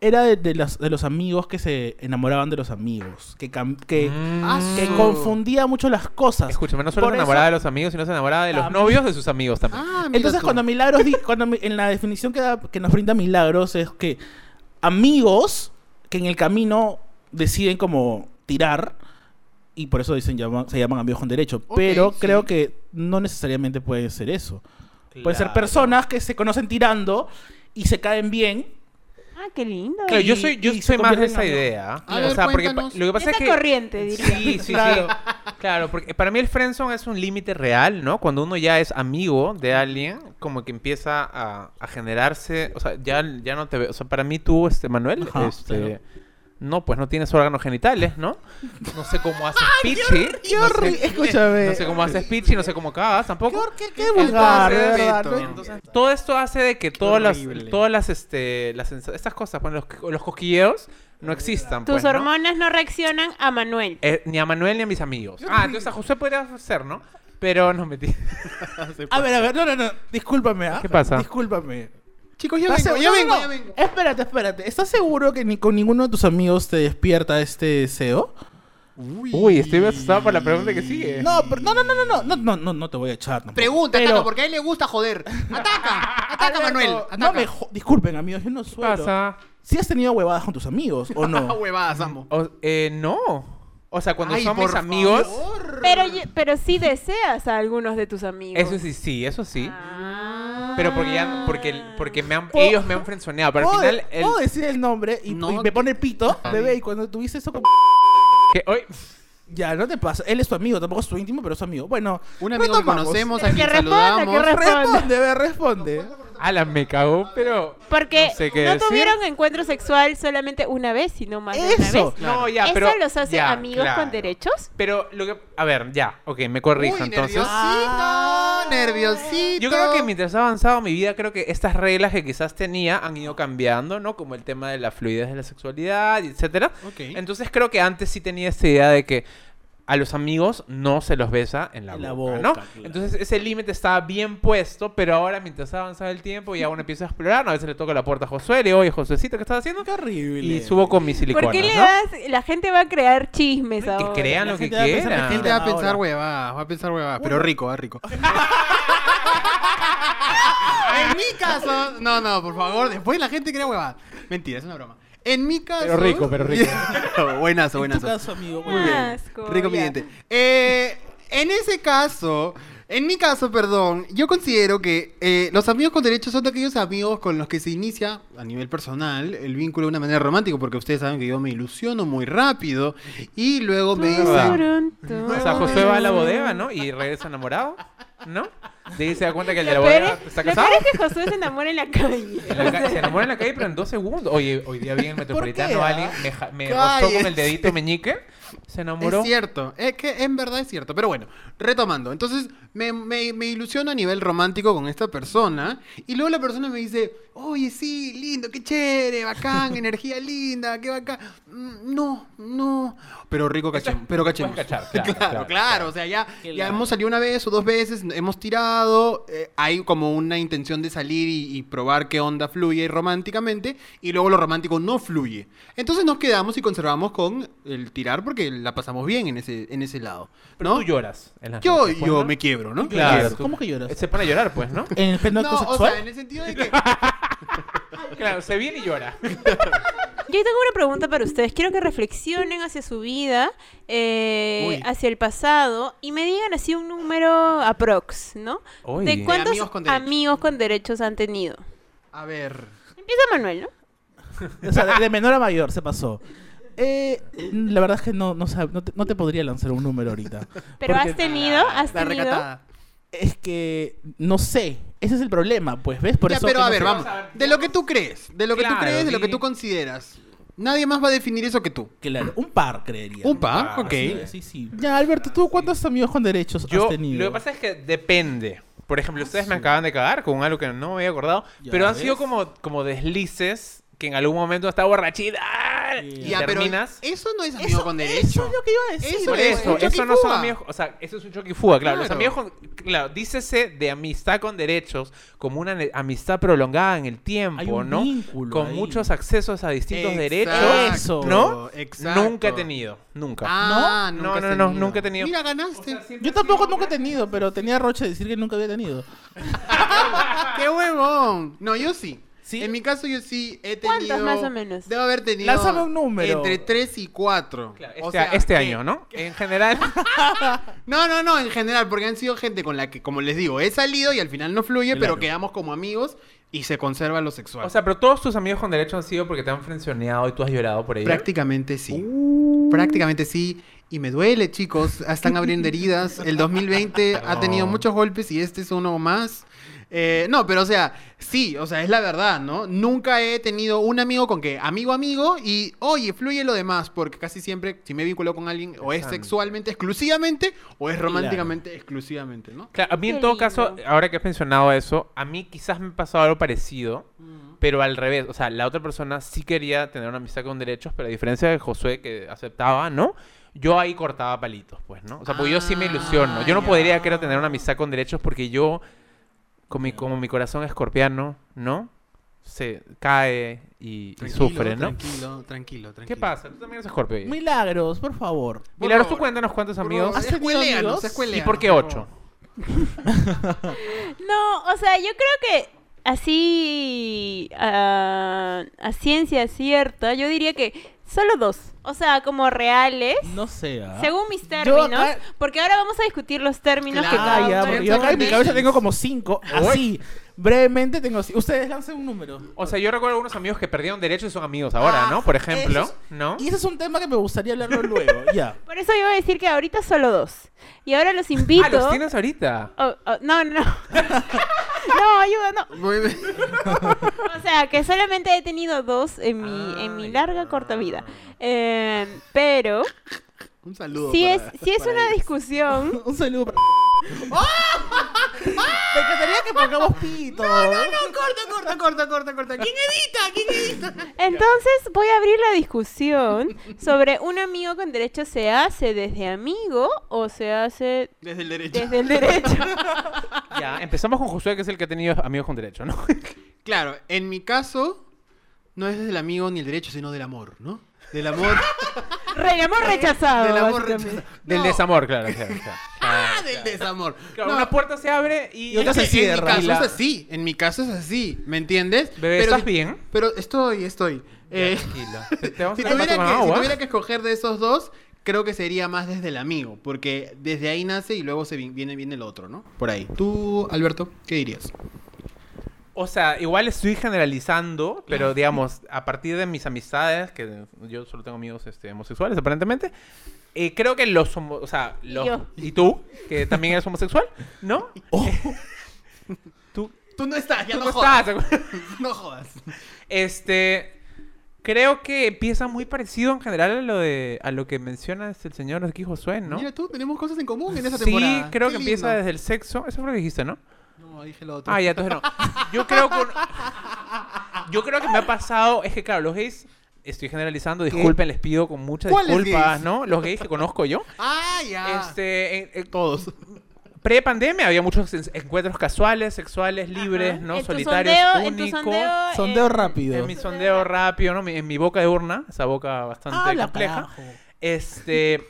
Speaker 3: era de, de las- de los amigos que se enamoraban de los amigos, que, cam- que,
Speaker 2: Mm.
Speaker 1: Ah,
Speaker 3: que
Speaker 1: su-
Speaker 3: confundía mucho las cosas.
Speaker 2: Escúchame, no solo
Speaker 3: Por
Speaker 2: se
Speaker 3: eso-
Speaker 2: enamoraba de los amigos, sino se enamoraba de los
Speaker 3: Ah,
Speaker 2: novios de sus amigos también.
Speaker 1: Ah, mira
Speaker 3: Entonces,
Speaker 1: tú.
Speaker 3: cuando Milagros, di- cuando mi- en la definición que, da- que nos brinda Milagros es que amigos que en el camino deciden como tirar, y por eso dicen llama- se llaman amigos con derecho,
Speaker 1: Ok,
Speaker 3: pero
Speaker 1: sí.
Speaker 3: creo que no necesariamente puede ser eso. Pueden ser
Speaker 2: Claro.
Speaker 3: personas que se conocen tirando y se caen bien.
Speaker 4: Ah, qué lindo.
Speaker 2: Claro, yo
Speaker 3: Y-
Speaker 2: soy, yo
Speaker 3: y se
Speaker 2: soy más de
Speaker 3: convierten
Speaker 2: esa
Speaker 3: en amigos.
Speaker 2: idea.
Speaker 1: A ver,
Speaker 2: o sea, porque pa-
Speaker 1: cuéntanos.
Speaker 2: lo que pasa
Speaker 4: Esa
Speaker 2: es que.
Speaker 4: corriente, diría.
Speaker 2: Sí, sí,
Speaker 3: Claro.
Speaker 2: sí. Claro, porque para mí el friendzone es un límite real, ¿no? Cuando uno ya es amigo de alguien, como que empieza a, a generarse, o sea, ya, ya no te veo, o sea, para mí tú, este, Manuel,
Speaker 3: Ajá,
Speaker 2: este,
Speaker 3: claro.
Speaker 2: no, pues no tienes órganos genitales, ¿no? No sé cómo haces pichi.
Speaker 3: qué
Speaker 2: no sé-
Speaker 3: horrible! Escúchame.
Speaker 2: No sé cómo haces pichi, no sé cómo cagas tampoco.
Speaker 3: qué, qué vulgar, de
Speaker 2: Entonces,
Speaker 3: verdad,
Speaker 1: Beto.
Speaker 3: ¿no?
Speaker 2: Entonces, todo esto hace de que todas las,
Speaker 1: horrible.
Speaker 2: todas las, este, las, sensa- estas cosas, bueno, los, los cosquilleos no existan.
Speaker 4: Tus
Speaker 2: pues, ¿no?
Speaker 4: hormonas no reaccionan a Manuel.
Speaker 2: Eh, ni a Manuel ni a mis amigos. Ah, entonces a José podría ser, ¿no? Pero no metí.
Speaker 3: A ver, a ver, no, no, no, discúlpame. ¿ah?
Speaker 2: ¿Qué pasa?
Speaker 3: Discúlpame.
Speaker 1: Chicos, ya
Speaker 3: ¿Estás
Speaker 1: vengo,
Speaker 3: seguro?
Speaker 1: ya
Speaker 3: No,
Speaker 1: vengo,
Speaker 3: no,
Speaker 1: ya
Speaker 3: no.
Speaker 1: vengo.
Speaker 3: Espérate, espérate. ¿Estás seguro que ni con ninguno de tus amigos te despierta este deseo?
Speaker 2: Uy, estoy asustado por la pregunta que sigue.
Speaker 3: No, pero no, no, no, no, no, no, no, no, no te voy a echar. tampoco.
Speaker 1: eh. Pregunta,
Speaker 3: Pero-
Speaker 1: ataca, porque a él le gusta joder. Ataca, ataca,
Speaker 3: Alberto,
Speaker 1: Manuel.
Speaker 3: No
Speaker 1: ataca.
Speaker 3: me jo- disculpen, amigos, yo no
Speaker 2: ¿Qué
Speaker 3: suelo.
Speaker 2: pasa?
Speaker 3: Si has tenido huevadas con tus amigos o
Speaker 1: Ah,
Speaker 3: no.
Speaker 1: huevadas, amo.
Speaker 2: O- eh, no. O sea, cuando
Speaker 1: Ay,
Speaker 2: son
Speaker 1: por
Speaker 2: mis amigos.
Speaker 1: favor.
Speaker 4: Pero, ye- pero sí deseas a algunos de tus amigos.
Speaker 2: Eso sí, sí, eso sí.
Speaker 4: Ah.
Speaker 2: Pero porque ya. Porque, porque me han-
Speaker 3: Puedo-
Speaker 2: ellos me han frenzoneado. Pero al
Speaker 3: ¿Puedo,
Speaker 2: final. El,
Speaker 3: puedo decir el nombre y,
Speaker 1: No,
Speaker 3: y me
Speaker 1: que-
Speaker 3: pone el pito, bebé, y cuando tuviste eso con...
Speaker 2: que- ay,
Speaker 3: Ya, no te pasa. Él es tu amigo, tampoco es tu íntimo, pero es tu amigo. Bueno,
Speaker 1: Un amigo que
Speaker 3: retomamos.
Speaker 1: conocemos, a
Speaker 4: Pero
Speaker 1: quien
Speaker 4: que responda, que
Speaker 1: saludamos.
Speaker 4: responda.
Speaker 3: Responde, ve, responde.
Speaker 2: ala, me cagó, pero.
Speaker 4: Porque
Speaker 2: No
Speaker 4: no,
Speaker 2: sé qué decir.
Speaker 4: tuvieron encuentro sexual solamente una vez, sino más de una
Speaker 3: Eso.
Speaker 4: vez.
Speaker 2: No, ya,
Speaker 4: ¿Eso
Speaker 2: pero.
Speaker 4: los hace
Speaker 2: ya,
Speaker 4: amigos
Speaker 2: claro.
Speaker 4: con derechos?
Speaker 2: Pero lo que. A ver, ya. Ok, me corrijo
Speaker 1: Uy,
Speaker 2: entonces.
Speaker 1: nerviosito, nerviosito.
Speaker 2: Yo creo que mientras ha avanzado mi vida, creo que estas reglas que quizás tenía han ido cambiando, ¿no? Como el tema de la fluidez de la sexualidad, etcétera.
Speaker 1: Ok.
Speaker 2: Entonces creo que antes sí tenía esta idea de que a los amigos no se los besa en la,
Speaker 3: En la
Speaker 2: boca,
Speaker 3: boca,
Speaker 2: ¿no?
Speaker 3: claro.
Speaker 2: Entonces ese límite estaba bien puesto, pero ahora mientras ha avanzado el tiempo ya uno empieza a explorar, ¿no? a veces le toca la puerta a Josué, le digo, oye, Josuecito, ¿qué estás haciendo?
Speaker 3: Qué horrible.
Speaker 2: Y subo con mis siliconas,
Speaker 4: ¿Por qué le
Speaker 2: ¿no?
Speaker 4: das? La gente va a crear chismes ahora.
Speaker 2: Que crean
Speaker 3: La
Speaker 2: lo que
Speaker 3: gente va a pensar
Speaker 1: La
Speaker 2: quieran.
Speaker 1: gente va a pensar
Speaker 3: Ahora.
Speaker 1: huevadas, va a pensar huevadas.
Speaker 2: Uh.
Speaker 1: Pero rico, va rico. en mi caso. No, no, por favor, después la gente crea huevadas. Mentira, es una broma. En mi caso.
Speaker 2: Pero rico, pero rico.
Speaker 1: buenazo,
Speaker 3: En tu
Speaker 1: buenazo.
Speaker 3: caso, amigo.
Speaker 4: Muy bien. Asco,
Speaker 1: Rico mi
Speaker 4: ya.
Speaker 1: diente. Eh, en ese caso, en mi caso, perdón, yo considero que eh, los amigos con derechos son aquellos amigos con los que se inicia a nivel personal el vínculo de una manera romántica, porque ustedes saben que yo me ilusiono muy rápido y luego me dicen...
Speaker 4: Turun,
Speaker 2: O sea, Josué va a la
Speaker 4: turun.
Speaker 2: bodega, ¿no? Y regresa enamorado, ¿no? De ahí se da cuenta que el de la
Speaker 4: Lo peor
Speaker 2: bodega
Speaker 4: es-
Speaker 2: está
Speaker 4: lo
Speaker 2: casado.
Speaker 4: peor es que Josué se enamora en la calle.
Speaker 2: En la ca- se enamora en la calle, pero en dos segundos. Oye, hoy día vi en el metropolitano
Speaker 3: qué, ah?
Speaker 2: alguien me, ja- me rozó con el
Speaker 1: Cállese.
Speaker 2: dedito meñique. Se enamoró.
Speaker 1: Es cierto, es que en verdad es cierto. Pero bueno, retomando. Entonces me, me, me ilusiono a nivel romántico con esta persona. Y luego la persona me dice, oye, sí, lindo, qué chévere, bacán, energía linda, qué bacán. Mm, No, no. Pero rico cachemos, pero cachemos.
Speaker 2: puedes cachar, claro,
Speaker 1: claro,
Speaker 2: claro,
Speaker 1: claro,
Speaker 2: claro.
Speaker 1: O sea, ya,
Speaker 3: Qué
Speaker 1: ya
Speaker 3: largo.
Speaker 1: hemos salido una vez o dos veces, hemos tirado. eh, hay como una intención de salir y, y probar qué onda fluye románticamente. Y luego lo romántico no fluye. Entonces nos quedamos y conservamos con el tirar porque la pasamos bien en ese, en ese lado.
Speaker 2: Pero
Speaker 1: ¿no?
Speaker 2: tú lloras. en las
Speaker 1: yo,
Speaker 2: noches, pues,
Speaker 1: yo
Speaker 2: ¿no?
Speaker 1: me quiebro, ¿no?
Speaker 2: Claro.
Speaker 3: ¿Cómo que lloras?
Speaker 2: Se pone a llorar, pues, ¿no?
Speaker 3: En el pleno
Speaker 1: No,
Speaker 3: acto
Speaker 1: o
Speaker 3: sexual.
Speaker 1: sea, en el sentido de que.
Speaker 2: Claro, se viene y llora.
Speaker 4: Yo tengo una pregunta para ustedes. Quiero que reflexionen hacia su vida, eh,
Speaker 1: Uy.
Speaker 4: hacia el pasado, y me digan así un número aprox, ¿no?
Speaker 2: Uy.
Speaker 4: De
Speaker 2: De
Speaker 4: cuántos
Speaker 1: amigos
Speaker 4: amigos
Speaker 1: con
Speaker 4: con,
Speaker 1: derechos.
Speaker 4: derechos han tenido.
Speaker 1: A ver.
Speaker 4: Empieza Manuel, ¿no?
Speaker 3: O sea, de- de menor a mayor se pasó. Eh, la verdad es que no, no, sab- no, te, no te podría lanzar un número ahorita.
Speaker 4: Pero
Speaker 3: Porque
Speaker 4: has tenido, has
Speaker 1: La
Speaker 4: tenido.
Speaker 1: recatada.
Speaker 3: es que no sé. Ese es el problema, pues, ¿ves? Por
Speaker 1: Ya,
Speaker 3: eso
Speaker 1: pero
Speaker 3: que
Speaker 1: a
Speaker 3: no
Speaker 1: ver,
Speaker 3: sé-
Speaker 1: vamos. De lo que tú crees, de lo que tú
Speaker 2: Claro,
Speaker 1: crees, de lo que
Speaker 2: di-
Speaker 1: tú consideras. Nadie más va a definir eso que tú.
Speaker 3: Claro, un par, creería.
Speaker 1: Un par, ok.
Speaker 3: Sí, sí, sí. Ya, Alberto, ¿tú cuántos amigos con derechos
Speaker 2: Yo,
Speaker 3: has tenido?
Speaker 2: lo que pasa es que depende. Por
Speaker 1: Ah,
Speaker 2: ejemplo, ustedes me acaban de cagar con algo que no me había acordado.
Speaker 3: Ya
Speaker 2: pero han
Speaker 3: ves.
Speaker 2: sido como, como deslices que en algún momento estaba borrachita. Y
Speaker 1: Ya, pero
Speaker 2: terminas.
Speaker 1: eso no es amigo con derecho.
Speaker 3: Eso es lo que iba a decir.
Speaker 1: Eso
Speaker 2: Por
Speaker 1: es
Speaker 2: eso,
Speaker 1: un
Speaker 2: eso no son
Speaker 1: choquifuga.
Speaker 2: amigos. O sea, eso es un choque y fuga, claro. Los
Speaker 1: Claro.
Speaker 2: amigos con. Claro, dícese de amistad con derechos, como una ne- amistad prolongada en el tiempo,
Speaker 3: Hay un
Speaker 2: ¿no?
Speaker 3: vínculo
Speaker 2: Con
Speaker 3: ahí.
Speaker 2: muchos accesos a distintos
Speaker 1: Exacto,
Speaker 2: derechos.
Speaker 3: Eso.
Speaker 2: ¿No?
Speaker 1: exacto.
Speaker 2: Nunca he tenido. Nunca.
Speaker 1: Ah,
Speaker 2: ¿No?
Speaker 1: nunca
Speaker 2: No,
Speaker 1: has
Speaker 2: no, no,
Speaker 1: tenido.
Speaker 2: nunca he tenido.
Speaker 1: Mira, ganaste.
Speaker 3: Yo tampoco nunca he tenido, pero tenía roche de decir que nunca había tenido.
Speaker 1: ¡Qué huevón! No, yo sí.
Speaker 3: ¿Sí?
Speaker 1: En mi caso, yo sí he tenido.
Speaker 4: ¿Cuántos más o menos?
Speaker 1: Debo haber tenido.
Speaker 3: Lánzame un número.
Speaker 1: Entre 3 y 4.
Speaker 2: Claro, este, este año, ¿no? En general.
Speaker 1: No, no, no, en general, porque han sido gente con la que, como les digo, he salido y al final no fluye, pero quedamos como amigos y se conserva lo sexual.
Speaker 2: o sea, pero todos tus amigos con derechos han sido porque te han frencioneado y tú has llorado por ellos.
Speaker 1: Prácticamente sí.
Speaker 2: Uh.
Speaker 1: Prácticamente sí. Y me duele, chicos. Ah, Están abriendo heridas. El 2020 ha tenido muchos golpes y este es uno más. Eh, no, pero o sea, sí, o sea, es la verdad, ¿no? Nunca he tenido un amigo con que amigo, amigo y oye, fluye lo demás, porque casi siempre si me vinculo con alguien o es
Speaker 2: Interesante.
Speaker 1: sexualmente exclusivamente o es románticamente exclusivamente, ¿no?
Speaker 2: Claro, a mí en
Speaker 4: Qué
Speaker 2: todo
Speaker 4: lindo.
Speaker 2: caso, ahora que has mencionado eso, a mí quizás me pasó algo parecido, pero al revés. O sea, la otra persona sí quería tener una amistad con derechos, pero a diferencia de Josué que aceptaba, ¿no? Yo ahí cortaba palitos, pues, ¿no? O sea, porque yo sí me ilusiono. Yo no
Speaker 1: Ah,
Speaker 2: podría,
Speaker 1: ya.
Speaker 2: creo, tener una amistad con derechos porque yo, con mi, como mi corazón escorpiano, ¿no? Se cae y, y
Speaker 1: Tranquilo,
Speaker 2: sufre, ¿no?
Speaker 1: Tranquilo, tranquilo,
Speaker 2: ¿Qué
Speaker 1: tranquilo.
Speaker 2: pasa? Tú también eres escorpio. Mil...
Speaker 3: Milagros, por favor.
Speaker 2: Milagros, tú
Speaker 1: favor.
Speaker 2: cuéntanos cuántos amigos.
Speaker 3: favor.
Speaker 1: Escueleanos,
Speaker 3: amigos?
Speaker 2: ¿Y
Speaker 1: escueleanos,
Speaker 2: por qué
Speaker 1: favor.
Speaker 2: ocho?
Speaker 4: No, o sea, yo creo que así ah, a ciencia cierta, yo diría que solo dos. O sea, como reales.
Speaker 3: No sea.
Speaker 4: Según mis
Speaker 3: acá-
Speaker 4: términos, porque ahora vamos a discutir los términos que
Speaker 1: Claro,
Speaker 4: cada
Speaker 3: Ah, ya,
Speaker 4: uno
Speaker 3: porque
Speaker 1: Pero
Speaker 3: yo acá en
Speaker 1: tú-
Speaker 3: mi cabeza tengo como cinco. Así. Brevemente tengo cinco. Ustedes lancen un número.
Speaker 2: O sea, yo recuerdo algunos amigos que perdieron derechos y son amigos ahora,
Speaker 1: Ah,
Speaker 2: ¿no? Por ejemplo,
Speaker 3: eso
Speaker 2: ¿no?
Speaker 3: Y ese es un tema que me gustaría hablarlo luego. Ya.
Speaker 4: Por eso yo voy a decir que ahorita solo dos. Y ahora los invito.
Speaker 2: Ah, los tienes ahorita.
Speaker 4: Oh, oh, no, no. no, ayuda, no.
Speaker 1: Muy bien.
Speaker 4: O sea, que solamente he tenido dos en mi, en mi larga corta vida. Eh, pero
Speaker 1: Un saludo.
Speaker 4: sí
Speaker 1: para-
Speaker 4: es, sí es
Speaker 1: para
Speaker 4: una
Speaker 1: él.
Speaker 4: discusión.
Speaker 3: Un saludo para. ¡Ah! Me encantaría que pongamos pito.
Speaker 1: Corta, corta, corta, corta, corta. ¿Quién edita? ¿Quién edita?
Speaker 4: Entonces voy a abrir la discusión sobre un amigo con derecho se hace desde amigo o se hace
Speaker 1: Desde el derecho.
Speaker 4: desde el derecho.
Speaker 2: Ya, empezamos con Josué, que es el que ha tenido amigos con derecho, ¿no?
Speaker 1: Claro, en mi caso, no es desde el amigo ni el derecho, sino del amor, ¿no? Del amor.
Speaker 4: Regamos rechazado.
Speaker 1: del amor
Speaker 4: Ah, básicamente.
Speaker 1: rechazado.
Speaker 2: Del
Speaker 1: No.
Speaker 2: desamor, claro. claro, claro.
Speaker 1: Ah, del desamor.
Speaker 2: Claro,
Speaker 1: No,
Speaker 2: una puerta se abre y,
Speaker 3: Y otra
Speaker 1: es que
Speaker 3: se
Speaker 1: En mi
Speaker 3: cierra.
Speaker 1: caso
Speaker 2: Y la-
Speaker 1: es así. En mi caso es así. ¿Me entiendes?
Speaker 2: Bebé, ¿estás bien?
Speaker 1: Pero estoy, estoy. Eh,
Speaker 2: Tranquilo. Te- te vamos
Speaker 1: si,
Speaker 2: a dar un vaso
Speaker 1: tuviera
Speaker 2: con
Speaker 1: que, si
Speaker 2: agua.
Speaker 1: tuviera que escoger de esos dos, creo que sería más desde el amigo. Porque desde ahí nace y luego se vi- viene, viene el otro, ¿no? Por ahí. Tú, Alberto, ¿qué dirías?
Speaker 2: O sea, igual estoy generalizando, pero digamos, a partir de mis amistades, que yo solo tengo amigos este, homosexuales aparentemente, eh, creo que los homo- o sea, los-
Speaker 4: yo.
Speaker 2: y tú, que también eres homosexual, ¿no? tú,
Speaker 1: Tú no estás, ya
Speaker 2: tú
Speaker 1: no
Speaker 2: no
Speaker 1: jodas.
Speaker 2: estás,
Speaker 1: No jodas.
Speaker 2: Este. Creo que empieza muy parecido en general a lo de a lo que menciona este, el señor aquí Josué, ¿no?
Speaker 1: Mira, tú tenemos cosas en común en esa
Speaker 2: sí,
Speaker 1: temporada.
Speaker 2: creo
Speaker 1: Qué
Speaker 2: que empieza
Speaker 1: lindo.
Speaker 2: desde el sexo. Eso fue lo que dijiste, ¿no?
Speaker 1: No, dije lo otro.
Speaker 2: Ah, ya, entonces no. Yo creo que yo creo que me ha pasado es que claro, los gays estoy generalizando, disculpen, les pido con muchas
Speaker 1: ¿Cuáles
Speaker 2: disculpas,
Speaker 1: gays?
Speaker 2: ¿no? Los gays que conozco yo.
Speaker 1: Ah, ya.
Speaker 2: Este, en- en-
Speaker 1: Todos.
Speaker 2: pre-pandemia había muchos en- encuentros casuales, sexuales, libres,
Speaker 4: Ajá.
Speaker 2: ¿no?
Speaker 4: En tu
Speaker 2: Solitarios,
Speaker 4: sondeo- en tu
Speaker 2: únicos.
Speaker 4: sondeo,
Speaker 3: Sondeo
Speaker 4: eh,
Speaker 3: rápido.
Speaker 2: En mi sondeo rápido, ¿no? Mi- En mi boca de urna, esa boca bastante
Speaker 3: Ah, la
Speaker 2: compleja.
Speaker 3: carajo.
Speaker 2: Este,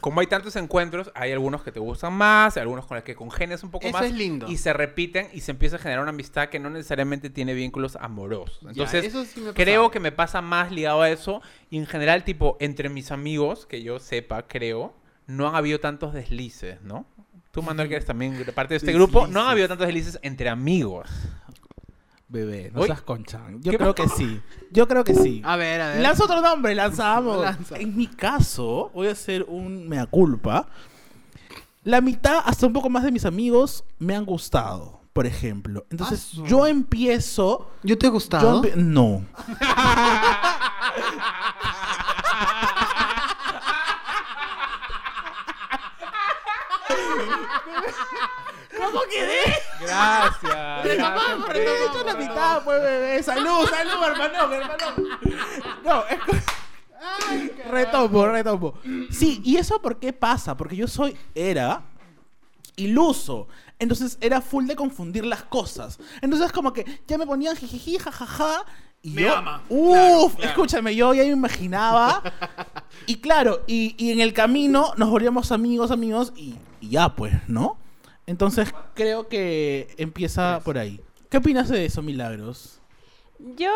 Speaker 2: como hay tantos encuentros, hay algunos que te gustan más, hay algunos con los que congenias un poco
Speaker 1: Eso
Speaker 2: más.
Speaker 1: es lindo.
Speaker 2: Y se repiten y se empieza a generar una amistad que no necesariamente tiene vínculos amorosos. Entonces,
Speaker 1: eso sí me ha
Speaker 2: creo
Speaker 1: pasado.
Speaker 2: que me pasa más ligado a eso. Y en general, tipo, entre mis amigos, que yo sepa, creo, no han habido tantos deslices, ¿no? Tú, Manuel, que eres también parte de este grupo, no
Speaker 1: Deslices.
Speaker 2: han habido tantos deslices entre amigos.
Speaker 3: Bebé, no
Speaker 2: Uy.
Speaker 3: seas conchan. Yo
Speaker 2: ¿Qué
Speaker 3: creo que sí. Yo creo que sí.
Speaker 1: A ver, a ver.
Speaker 3: Lanza otro nombre, lanzamos.
Speaker 1: ¿Eh? Lanza.
Speaker 3: En mi caso, voy a hacer un mea culpa. La mitad, hasta un poco más de mis amigos, me han gustado, por ejemplo. Entonces,
Speaker 1: Asu.
Speaker 3: yo empiezo.
Speaker 1: ¿Yo te he
Speaker 3: yo
Speaker 1: Ah, gustado?
Speaker 3: empie- no. ¿Cómo quedé?
Speaker 2: Gracias. gracias,
Speaker 3: Pero no has dicho la mitad, pues, bebé. Salud, salud, hermano, hermano. No, es. Retomo, retomo. Sí, ¿y eso por qué pasa? Porque yo soy, era iluso. Entonces era full de confundir las cosas. Entonces como que ya me ponían jijiji, jajaja. Y
Speaker 7: Me
Speaker 3: yo,
Speaker 7: ama.
Speaker 3: Uf,
Speaker 7: Claro, claro.
Speaker 3: escúchame, yo ya me imaginaba. y claro, y, y en el camino nos volvíamos amigos, amigos, y, y ya pues, ¿no? Entonces creo que empieza por ahí. ¿Qué opinas de eso, Milagros?
Speaker 4: Yo,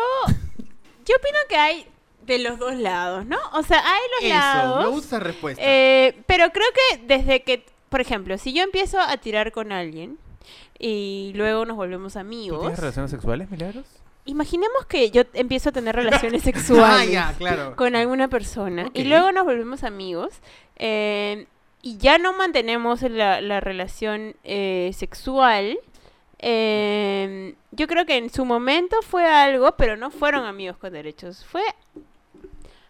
Speaker 4: yo opino que hay de los dos lados, ¿no? O sea, hay los
Speaker 1: Eso,
Speaker 4: lados.
Speaker 1: me gusta esa respuesta.
Speaker 4: Eh, pero creo que desde que, por ejemplo, si yo empiezo a tirar con alguien y luego nos volvemos
Speaker 2: ¿Tú
Speaker 4: amigos,
Speaker 2: tienes relaciones sexuales, Milagros?
Speaker 4: imaginemos que yo empiezo a tener relaciones
Speaker 1: ah,
Speaker 4: sexuales
Speaker 1: ya, claro.
Speaker 4: con alguna persona
Speaker 1: Ok.
Speaker 4: y luego nos volvemos amigos eh, y ya no mantenemos la, la relación eh, sexual. eh, yo creo que en su momento fue algo, pero no fueron amigos con derechos. Fue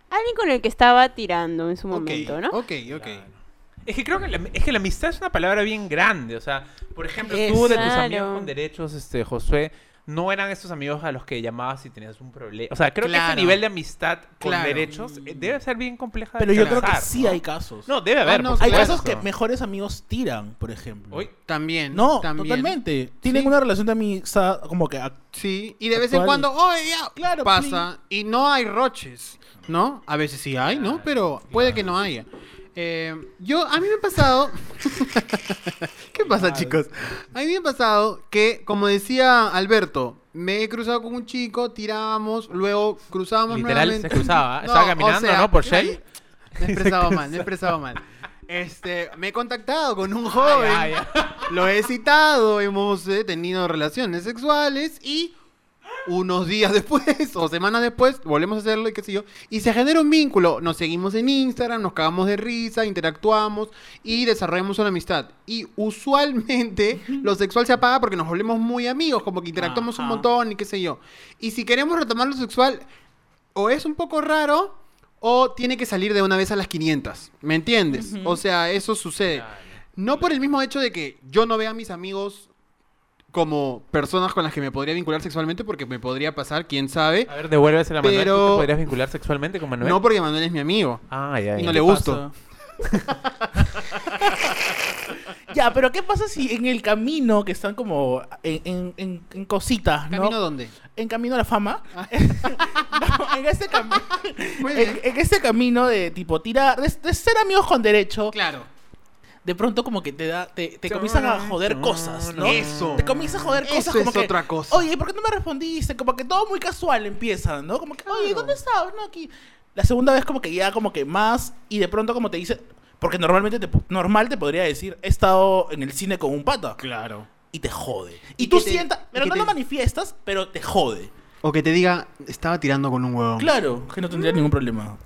Speaker 4: alguien con el que estaba tirando en su momento, ¿no?
Speaker 1: Ok, ok.
Speaker 2: Es que creo que la, es que la amistad es una palabra bien grande. O sea, por ejemplo, tú de tus
Speaker 4: Claro.
Speaker 2: amigos con derechos, este, Josué, no eran esos amigos a los que llamabas si tenías un problema. O sea, creo que
Speaker 1: Claro.
Speaker 2: ese nivel de amistad con
Speaker 1: Claro.
Speaker 2: derechos eh, debe ser bien compleja. de
Speaker 3: Pero yo creo que
Speaker 2: alcanzar,
Speaker 3: sí
Speaker 2: ¿no?
Speaker 3: hay casos.
Speaker 2: No, debe haber.
Speaker 1: no,
Speaker 2: por
Speaker 1: hay
Speaker 3: hay
Speaker 1: claro.
Speaker 2: supuesto.
Speaker 3: casos que mejores amigos tiran, por ejemplo.
Speaker 2: Uy,
Speaker 1: También.
Speaker 3: No,
Speaker 1: también.
Speaker 3: totalmente. Tienen
Speaker 1: Sí.
Speaker 3: una relación de amistad como que... ac-
Speaker 1: Sí, y de vez en
Speaker 3: Actuales.
Speaker 1: cuando, oh, ya,
Speaker 3: Claro,
Speaker 1: pasa. Y no hay roches, ¿no? A veces sí hay, ¿no? Pero puede que no haya. Eh, yo, a mí me ha pasado... ¿Qué pasa, chicos? A mí me ha pasado que, como decía Alberto, me he cruzado con un chico, tirábamos, luego cruzábamos
Speaker 2: Literal,
Speaker 1: nuevamente.
Speaker 2: se cruzaba. ¿eh? Estaba caminando, ¿no? Por Shell.
Speaker 1: Me he expresado mal, me he expresado mal. Este, me he contactado con un joven.
Speaker 2: Ah, ya, ya.
Speaker 1: Lo he citado, hemos eh, tenido relaciones sexuales y unos días después o semanas después volvemos a hacerlo y qué sé yo. Y se genera un vínculo. Nos seguimos en Instagram, nos cagamos de risa, interactuamos y desarrollamos una amistad. Y usualmente lo sexual se apaga porque nos volvemos muy amigos, como que interactuamos un
Speaker 3: Ajá.
Speaker 1: montón y qué sé yo. Y si queremos retomar lo sexual, o es un poco raro o tiene que salir de una vez a las 500. ¿Me entiendes? O sea, eso sucede. No por el mismo hecho de que yo no vea a mis amigos como personas con las que me podría vincular sexualmente porque me podría pasar, quién sabe.
Speaker 2: A ver, devuélvese la Manuel. ¿Tú
Speaker 1: Pero-
Speaker 2: te podrías vincular sexualmente con Manuel?
Speaker 1: No porque Manuel es mi amigo.
Speaker 2: Ah, ya,
Speaker 1: Y
Speaker 2: ya.
Speaker 1: no le gusto.
Speaker 3: pasa? ya, pero ¿qué pasa si en el camino que están como en, en- en- en cositas, ¿no?
Speaker 1: ¿Camino dónde?
Speaker 3: En camino a la fama. No, en ese camino.
Speaker 1: Muy
Speaker 3: En,
Speaker 1: bien.
Speaker 3: en ese camino de tipo tirar, de, de ser amigos con derecho,
Speaker 1: Claro.
Speaker 3: de pronto como que te da, te, te comienzan a joder cosas, ¿no?
Speaker 1: Eso.
Speaker 3: Te comienza a joder
Speaker 1: Eso
Speaker 3: cosas
Speaker 1: es
Speaker 3: como que,
Speaker 1: otra cosa.
Speaker 3: Oye, ¿por qué no me respondiste? Como que todo muy casual empieza, ¿no? Como que, oye,
Speaker 1: Claro.
Speaker 3: ¿dónde estabas? No, aquí. La segunda vez como que ya como que más y de pronto como te dice, porque normalmente te, po- normal te podría decir, he estado en el cine con un pata
Speaker 1: Claro.
Speaker 3: y te jode. Y,
Speaker 1: Y
Speaker 3: tú
Speaker 1: que te-
Speaker 3: sientas,
Speaker 1: y
Speaker 3: pero
Speaker 1: que
Speaker 3: no
Speaker 1: te-
Speaker 3: lo manifiestas, pero te jode.
Speaker 1: O que te diga, estaba tirando con un huevo.
Speaker 3: Claro, que no tendría ningún problema.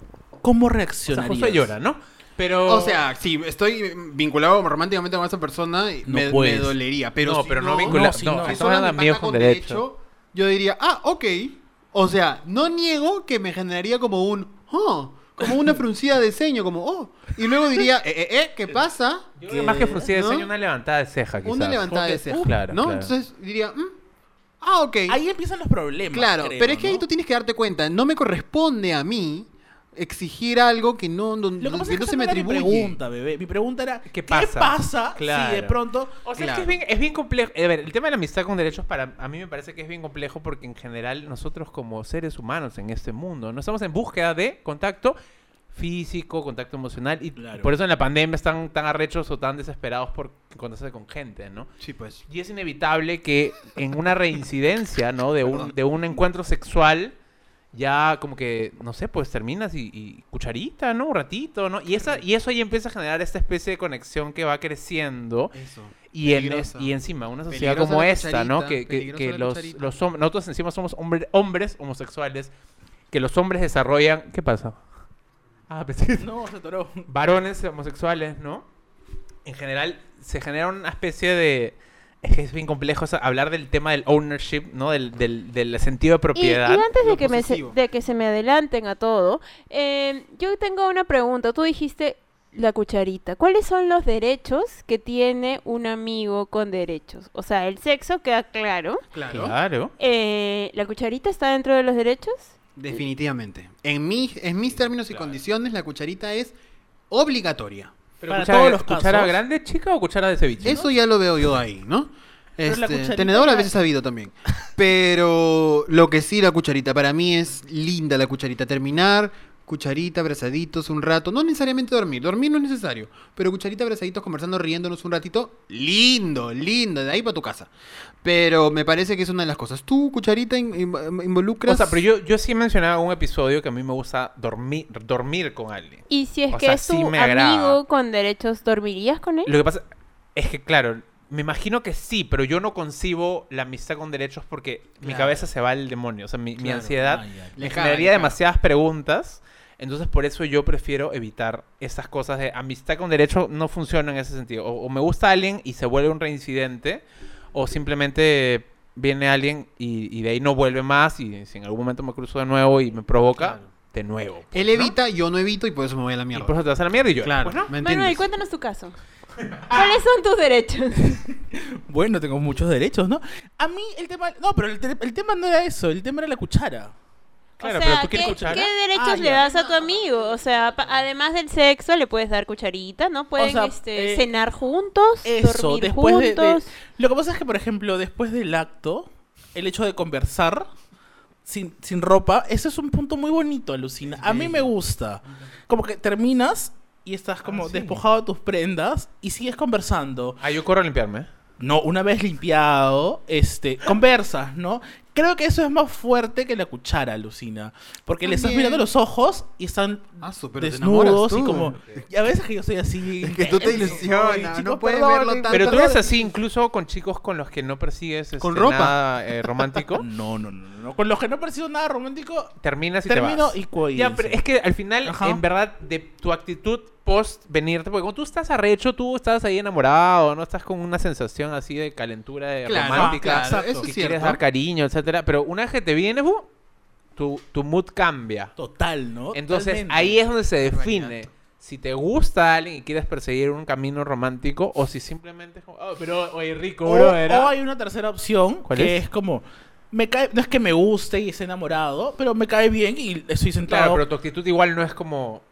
Speaker 3: ¿Cómo
Speaker 2: O sea,
Speaker 3: reaccionarías?
Speaker 2: Josué llora, ¿no? Pero...
Speaker 1: O sea, si estoy vinculado románticamente con esa persona,
Speaker 3: No
Speaker 1: me, me
Speaker 3: puedes.
Speaker 1: dolería. Pero
Speaker 2: no,
Speaker 1: si
Speaker 2: pero no,
Speaker 1: no
Speaker 2: vincular.
Speaker 3: no, si no.
Speaker 2: no,
Speaker 1: Si
Speaker 2: estamos
Speaker 1: solo
Speaker 2: hablando de
Speaker 1: me
Speaker 2: amigos
Speaker 1: pata
Speaker 2: con
Speaker 1: con
Speaker 2: derecho.
Speaker 1: derecho, yo diría, ah, ok. O sea, no niego que me generaría como un, oh, como una fruncida de ceño, como, oh. Y luego diría, eh, eh, eh, ¿qué pasa?
Speaker 2: Yo creo que más que fruncida de
Speaker 1: ¿no?
Speaker 2: ceño, una levantada de ceja, Ah, quizás.
Speaker 1: Una levantada
Speaker 2: Como
Speaker 1: de
Speaker 2: que,
Speaker 1: ceja.
Speaker 2: uh, Claro,
Speaker 1: ¿no?
Speaker 2: claro.
Speaker 1: Entonces diría, mm, ah, ok.
Speaker 3: Ahí empiezan los problemas.
Speaker 1: claro,
Speaker 3: creo,
Speaker 1: pero es que ahí
Speaker 3: ¿no?
Speaker 1: tú tienes que darte cuenta, no me corresponde a mí exigir algo que no, no-
Speaker 3: Lo que pasa
Speaker 1: que
Speaker 3: es que
Speaker 1: no
Speaker 3: esa
Speaker 1: se me
Speaker 3: no era mi
Speaker 1: atribuye.
Speaker 3: pregunta, bebé. Mi pregunta era, ¿qué pasa,
Speaker 2: pasa?
Speaker 3: si de
Speaker 2: Claro.
Speaker 3: pronto...
Speaker 2: O sea,
Speaker 1: Claro.
Speaker 2: es que es bien, es bien complejo. Eh, A ver, el tema de la amistad con derechos para a mí me parece que es bien complejo porque en general nosotros como seres humanos en este mundo no estamos en búsqueda de contacto físico, contacto emocional y
Speaker 3: Claro.
Speaker 2: por eso en la pandemia están tan arrechos o tan desesperados por encontrarse con gente, ¿no?
Speaker 1: Sí, pues.
Speaker 2: Y es inevitable que en una reincidencia, ¿no? De un, de un encuentro sexual, ya como que, no sé, pues terminas y, y cucharita, ¿no? Un ratito, ¿no? Y, esa, y eso ahí empieza a generar esta especie de conexión que va creciendo.
Speaker 1: Eso.
Speaker 2: Y, en
Speaker 1: Peligrosa.
Speaker 2: y encima, una sociedad
Speaker 1: Peligrosa
Speaker 2: como
Speaker 1: la
Speaker 2: esta, ¿no?
Speaker 1: cucharita,
Speaker 2: Que, que-
Speaker 1: peligrosa
Speaker 2: que
Speaker 1: la
Speaker 2: los,
Speaker 1: cucharita.
Speaker 2: los hombres, nosotros encima somos hombre- hombres homosexuales, que los hombres desarrollan... ¿Qué pasa? Ah, pensé-
Speaker 3: No, se atoró.
Speaker 2: varones homosexuales, ¿no? En general, se genera una especie de... Es que es bien complejo o sea, hablar del tema del ownership, ¿no? Del, del- del sentido de
Speaker 4: Y, y
Speaker 2: propiedad.
Speaker 4: antes de
Speaker 1: lo
Speaker 4: que, me se,
Speaker 1: posesivo.
Speaker 4: de que se me adelanten a todo, eh, yo tengo una pregunta. Tú dijiste la cucharita. ¿Cuáles son los derechos que tiene un amigo con derechos? O sea, el sexo queda claro.
Speaker 1: Claro.
Speaker 2: Claro.
Speaker 4: Eh, ¿La cucharita está dentro de los derechos?
Speaker 1: Definitivamente. En, mi, en mis términos y condiciones, la cucharita es obligatoria.
Speaker 2: Pero
Speaker 3: Para
Speaker 2: cuchara,
Speaker 3: todos los
Speaker 2: ¿Cuchara
Speaker 3: casos.
Speaker 2: grande, chica o cuchara de ceviche?
Speaker 1: Eso ya lo veo yo ahí, ¿no?
Speaker 3: Pero la
Speaker 1: Este,
Speaker 3: cucharita
Speaker 1: tenedor a
Speaker 3: ya-
Speaker 1: veces ha habido también. Pero lo que sí, la cucharita. Para mí es linda la cucharita. Terminar, cucharita, abrazaditos un rato. No necesariamente dormir. Dormir no es necesario. Pero cucharita, abrazaditos, conversando, riéndonos un ratito. Lindo, lindo. De ahí para tu casa. Pero me parece que es una de las cosas. Tú, cucharita, in- in- involucras.
Speaker 2: O sea, pero yo, yo sí mencionaba un episodio que a mí me gusta dormir, dormir con alguien.
Speaker 4: Y si es
Speaker 2: O
Speaker 4: que
Speaker 2: sea,
Speaker 4: es tu
Speaker 2: sí me
Speaker 4: amigo
Speaker 2: agrada.
Speaker 4: con derechos, ¿dormirías con él?
Speaker 2: Lo que pasa es que, claro, me imagino que sí, pero yo no concibo la amistad con derechos porque mi
Speaker 1: Claro.
Speaker 2: cabeza se va al demonio. O sea, mi, mi
Speaker 1: Claro.
Speaker 2: ansiedad
Speaker 3: Ah, ya.
Speaker 2: me
Speaker 1: Lejana,
Speaker 2: generaría
Speaker 1: lejana.
Speaker 2: demasiadas preguntas. Entonces, por eso yo prefiero evitar esas cosas de amistad con derechos no funciona en ese sentido. O, o me gusta alguien y se vuelve un reincidente, o simplemente viene alguien y, y de ahí no vuelve más. Y si en algún momento me cruzo de nuevo y me provoca,
Speaker 1: Claro.
Speaker 2: de nuevo. pues,
Speaker 1: Él
Speaker 2: ¿no?
Speaker 1: evita, yo no evito y por eso me voy a la
Speaker 2: Y
Speaker 1: mierda.
Speaker 2: por eso te vas a la mierda y yo.
Speaker 1: Claro,
Speaker 2: pues, ¿no?
Speaker 1: ¿me entiendes?
Speaker 4: Manuel, cuéntanos tu caso. ¿Cuáles son tus derechos?
Speaker 3: Bueno, tengo muchos derechos, ¿no? A mí el tema... No, pero el, te- el tema no era eso. El tema era la cuchara.
Speaker 2: Claro,
Speaker 4: o sea,
Speaker 2: pero tú quieres
Speaker 4: ¿qué,
Speaker 2: cuchara.
Speaker 4: qué derechos
Speaker 3: Ah,
Speaker 4: le
Speaker 3: ya.
Speaker 4: das a tu amigo? O sea, pa- además del sexo, le puedes dar cucharita, ¿no? Pueden
Speaker 3: sea,
Speaker 4: este,
Speaker 3: eh,
Speaker 4: cenar juntos,
Speaker 3: Eso,
Speaker 4: dormir
Speaker 3: después de, de-
Speaker 4: juntos.
Speaker 3: Lo que pasa es que, por ejemplo, después del acto, el hecho de conversar sin, sin ropa, ese es un punto muy bonito, alucina. A mí me gusta. Como que terminas y estás como despojado de tus prendas y sigues conversando.
Speaker 2: Ah, yo corro a limpiarme.
Speaker 3: No, una vez limpiado, este, conversas, ¿no? Creo que eso es más fuerte que la cuchara, alucina. Porque le estás
Speaker 1: También.
Speaker 3: mirando los ojos y están
Speaker 1: Ah, su, pero te enamoras
Speaker 3: desnudos
Speaker 1: tú.
Speaker 3: y como... Y a veces que yo soy así...
Speaker 1: Es que tú te
Speaker 3: intenso,
Speaker 1: ilusionas,
Speaker 3: y,
Speaker 1: no
Speaker 3: chicos,
Speaker 1: puedes verlo
Speaker 3: perdonen,
Speaker 1: tan-
Speaker 2: Pero tú
Speaker 1: perdón.
Speaker 2: eres así incluso con chicos con los que no persigues este,
Speaker 1: Con ropa.
Speaker 2: nada eh, romántico.
Speaker 3: No, no, no, no, no. Con los que no percibo nada romántico,
Speaker 2: Terminas y te
Speaker 3: termino
Speaker 2: vas.
Speaker 3: y cuello.
Speaker 2: Ya, pero es que al final,
Speaker 3: Ajá.
Speaker 2: en verdad, de tu actitud post venirte, porque cuando tú estás arrecho, tú estás ahí enamorado, no estás con una sensación así de calentura de
Speaker 1: Claro,
Speaker 2: romántica,
Speaker 1: claro, eso
Speaker 2: que
Speaker 1: es
Speaker 2: quieres
Speaker 1: cierto.
Speaker 2: dar cariño, etcétera. Pero una vez que te vienes, uh, tu, tu mood cambia.
Speaker 3: Total, ¿no?
Speaker 2: Entonces
Speaker 3: Totalmente.
Speaker 2: ahí es donde se define
Speaker 1: Realidad.
Speaker 2: si te gusta a alguien y quieres perseguir un camino romántico o si simplemente es como, "Oh, pero oye, rico,
Speaker 3: O,
Speaker 1: Oh,
Speaker 2: bro, era".
Speaker 3: o hay una tercera opción
Speaker 2: ¿Cuál
Speaker 3: que
Speaker 2: es?
Speaker 3: es? como. Me cae, no es que me guste y esté enamorado, pero me cae bien y estoy
Speaker 2: Claro,
Speaker 3: sentado.
Speaker 2: pero tu actitud igual no es como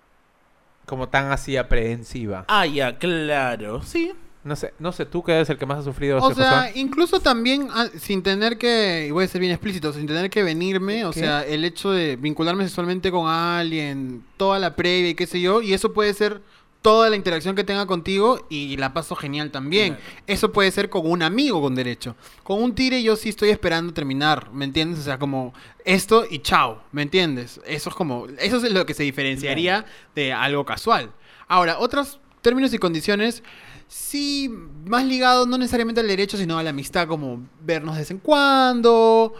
Speaker 2: como tan así aprehensiva.
Speaker 3: Ah, ya, claro. Sí.
Speaker 2: No sé, no sé, tú que eres el que más ha sufrido este
Speaker 1: O
Speaker 2: ese
Speaker 1: sea,
Speaker 2: José.
Speaker 1: incluso también ah, sin tener que, y voy a ser bien explícito, sin tener que venirme, o
Speaker 2: ¿Qué?
Speaker 1: sea, el hecho de vincularme sexualmente con alguien, toda la previa y qué sé yo, y eso puede ser toda la interacción que tenga contigo y la paso genial también. Eso puede ser con un amigo con derecho. Con un tire yo sí estoy esperando terminar, ¿me entiendes? O sea, como esto y chao, ¿me entiendes? Eso es como, eso es lo que se diferenciaría de algo casual. Ahora, otros términos y condiciones sí, más ligado no necesariamente al derecho, sino a la amistad, como vernos de vez en cuando,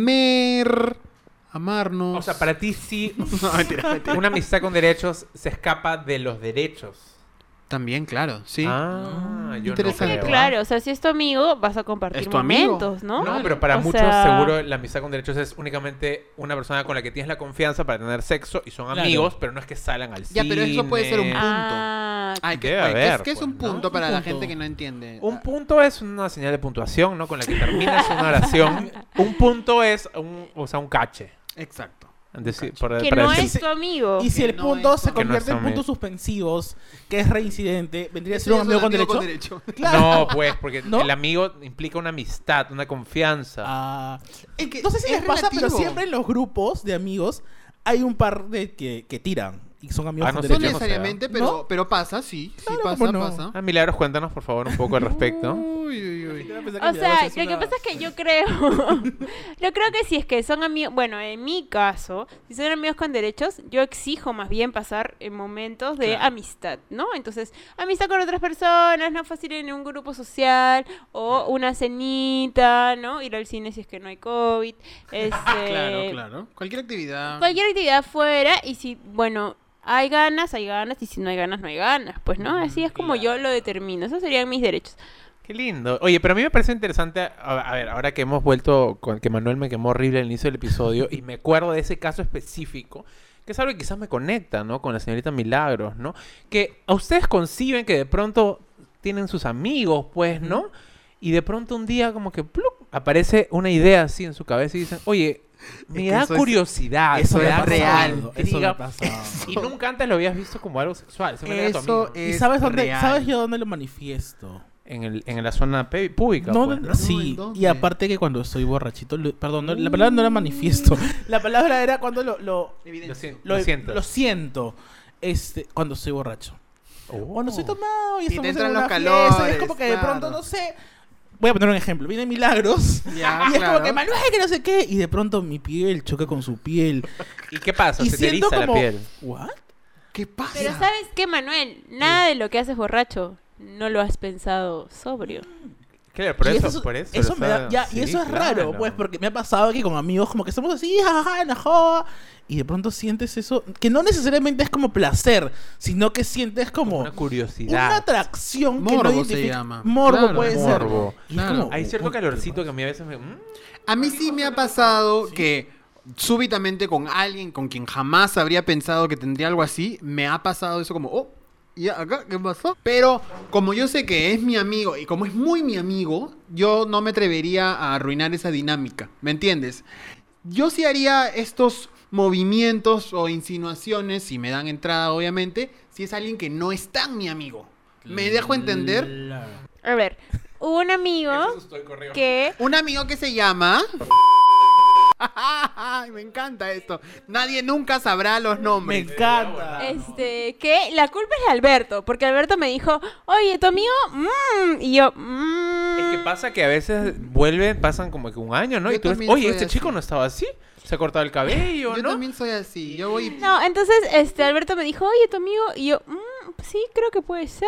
Speaker 1: comer, amarnos.
Speaker 2: O sea, para ti sí
Speaker 1: No, mentira, mentira.
Speaker 2: una amistad con derechos se escapa de los derechos.
Speaker 1: También, claro, sí.
Speaker 2: Ah, yo
Speaker 1: interesante.
Speaker 2: no creo.
Speaker 4: Claro, o sea, si es tu amigo, vas a compartir
Speaker 1: Es tu amigo.
Speaker 4: momentos, ¿no?
Speaker 2: No, pero para
Speaker 4: O
Speaker 2: muchos
Speaker 4: sea,
Speaker 2: seguro la amistad con derechos es únicamente una persona con la que tienes la confianza para tener sexo y son
Speaker 3: Claro.
Speaker 2: amigos, pero no es que salgan al
Speaker 1: Ya,
Speaker 2: cine.
Speaker 1: pero eso puede ser un punto.
Speaker 4: Ah,
Speaker 1: Ay, que,
Speaker 2: Debe
Speaker 1: oye, que es,
Speaker 2: haber,
Speaker 1: que es un
Speaker 2: pues, ¿no?
Speaker 1: punto para
Speaker 3: Un
Speaker 1: la
Speaker 3: punto.
Speaker 1: gente que no entiende.
Speaker 2: Ah,
Speaker 1: Ah,
Speaker 2: Un punto es una señal de puntuación, ¿no? Con la que terminas una oración. Un punto es un, o sea, un cache.
Speaker 1: Exacto.
Speaker 2: Decir- por-
Speaker 4: que
Speaker 2: para
Speaker 4: no
Speaker 2: decir-
Speaker 4: es tu amigo.
Speaker 3: Y si
Speaker 1: Que
Speaker 3: el
Speaker 1: no
Speaker 3: punto
Speaker 1: es-
Speaker 3: se
Speaker 1: que
Speaker 2: no
Speaker 3: convierte en
Speaker 2: son-
Speaker 3: puntos suspensivos, que es reincidente, vendría a
Speaker 1: ¿Es
Speaker 3: ser un amigo con derecho.
Speaker 2: No, pues, porque
Speaker 3: ¿No?
Speaker 2: el amigo implica una amistad, una confianza.
Speaker 3: Ah.
Speaker 1: Es que
Speaker 3: no sé si
Speaker 1: es
Speaker 3: les pasa, pero
Speaker 1: relativo.
Speaker 3: siempre en los grupos de amigos hay un par de que, que tiran y son amigos
Speaker 2: Ah, no
Speaker 3: con
Speaker 2: sé,
Speaker 1: No
Speaker 3: derecho.
Speaker 2: yo
Speaker 1: necesariamente, pero,
Speaker 3: ¿No?
Speaker 1: pero pasa, sí. Sí,
Speaker 3: Claro,
Speaker 1: pasa,
Speaker 3: ¿cómo no?
Speaker 1: pasa.
Speaker 2: Ah, Milagros, cuéntanos, por favor, un poco al respecto.
Speaker 1: Uy, uy, uy.
Speaker 3: Eh,
Speaker 4: O sea, lo que pasa es que yo creo, yo creo que si es que son amigos, bueno, en mi caso, si son amigos con derechos, yo exijo más bien pasar en momentos de amistad, ¿no? Entonces, amistad con otras personas, no fácil en un grupo social o una cenita, ¿no? Ir al cine si es que no hay COVID. Este,
Speaker 1: Claro, claro. Cualquier actividad.
Speaker 4: Cualquier actividad fuera y si, bueno, hay ganas, hay ganas y si no hay ganas, no hay ganas, pues, ¿no? Así es como yo lo determino, esos serían mis derechos.
Speaker 2: Qué lindo. Oye, pero a mí me parece interesante, a, a ver, ahora que hemos vuelto, con, que Manuel me quemó horrible al inicio del episodio, y me acuerdo de ese caso específico, que es algo que quizás me conecta, ¿no? Con la señorita Milagros, ¿no? Que a ustedes conciben que de pronto tienen sus amigos, pues, ¿no? Y de pronto un día como que ¡plup! aparece una idea así en su cabeza y dicen, oye, Me
Speaker 1: que
Speaker 2: da
Speaker 1: eso es-
Speaker 2: curiosidad,
Speaker 1: eso
Speaker 2: me
Speaker 1: es
Speaker 2: da
Speaker 1: real,
Speaker 2: intriga,
Speaker 3: Eso me ha pasado.
Speaker 2: Y nunca antes lo habías visto como algo sexual. simplemente era tu
Speaker 1: Eso
Speaker 2: amigo.
Speaker 3: ¿Y
Speaker 1: es
Speaker 3: sabes, dónde,
Speaker 1: real.
Speaker 3: sabes yo dónde lo manifiesto?
Speaker 2: En, el, en la zona pe- pública.
Speaker 3: No,
Speaker 2: pues,
Speaker 3: no,
Speaker 2: ¿no?
Speaker 3: sí,
Speaker 1: No, ¿en
Speaker 3: y aparte que cuando soy borrachito, lo- perdón, no, la palabra no era
Speaker 1: Mm.
Speaker 3: manifiesto, la palabra era cuando lo, lo,
Speaker 2: Lo, sien-
Speaker 3: lo-
Speaker 2: lo siento.
Speaker 3: lo siento, este, cuando soy borracho.
Speaker 2: Oh.
Speaker 3: Cuando soy tomado
Speaker 1: Sí,
Speaker 3: y
Speaker 1: te
Speaker 3: estamos
Speaker 1: entran
Speaker 3: en una
Speaker 1: los
Speaker 3: fiesta, y es
Speaker 1: calores,
Speaker 3: como que de pronto,
Speaker 1: claro.
Speaker 3: no sé, voy a poner un ejemplo, viene Milagros,
Speaker 1: Ya,
Speaker 2: Ah,
Speaker 3: y es
Speaker 1: claro.
Speaker 3: como que Manuel, que no sé qué, y de pronto mi piel choca con su piel,
Speaker 2: ¿Y qué pasa?
Speaker 3: y
Speaker 2: Se te
Speaker 3: siento
Speaker 2: eriza
Speaker 3: como,
Speaker 2: la piel.
Speaker 3: ¿what?
Speaker 1: ¿Qué pasa?
Speaker 4: Pero ¿sabes qué, Manuel? Nada de lo que haces borracho no lo has pensado sobrio.
Speaker 2: Claro, por
Speaker 3: Y
Speaker 2: eso, por eso.
Speaker 3: eso
Speaker 2: lo
Speaker 3: me da-
Speaker 2: está-
Speaker 3: ya,
Speaker 2: sí,
Speaker 3: y eso es
Speaker 2: claro.
Speaker 3: raro, pues, porque me ha pasado que con amigos como que estamos así, jajaja, en la joda, y de pronto sientes eso, que no necesariamente es como placer, sino que sientes como
Speaker 2: Una
Speaker 3: una,
Speaker 2: curiosidad.
Speaker 3: atracción que no
Speaker 1: Morbo se
Speaker 3: identifica-
Speaker 1: llama.
Speaker 3: Morbo
Speaker 1: Claro,
Speaker 3: puede ser.
Speaker 2: morbo.
Speaker 3: Y es
Speaker 1: Claro.
Speaker 3: como, "Uh,
Speaker 2: Hay cierto
Speaker 3: uy, qué
Speaker 2: calorcito que a mí a veces me. mm,
Speaker 1: A mí sí me ha pasado que súbitamente con alguien con quien jamás habría pensado que tendría algo así, me ha pasado eso como, oh, ¿y acá qué pasó? Pero como yo sé que es mi amigo y como es muy mi amigo, yo no me atrevería a arruinar esa dinámica, ¿me entiendes? Yo sí haría estos movimientos o insinuaciones, si me dan entrada obviamente, si es alguien que no es tan mi amigo. ¿Me dejo entender?
Speaker 3: Claro.
Speaker 4: A ver, hubo un amigo que...
Speaker 1: Un amigo que se llama. Ay, me encanta esto. Nadie nunca sabrá los
Speaker 3: Me
Speaker 1: nombres.
Speaker 3: encanta.
Speaker 4: Este, que la culpa es de Alberto, porque Alberto me dijo, oye, tu amigo, mm", y yo, "Mm".
Speaker 2: Es que pasa que a veces vuelven, pasan como que un año, ¿no?
Speaker 1: Yo
Speaker 2: y tú ves,
Speaker 1: también
Speaker 2: oye,
Speaker 1: soy
Speaker 2: este
Speaker 1: así".
Speaker 2: chico no estaba así. Se ha cortado el cabello,
Speaker 1: Yo
Speaker 2: ¿no?
Speaker 1: también soy así. Yo voy.
Speaker 4: No, entonces, este, Alberto me dijo, oye, tu amigo, y yo, "Mm, sí, creo que puede ser.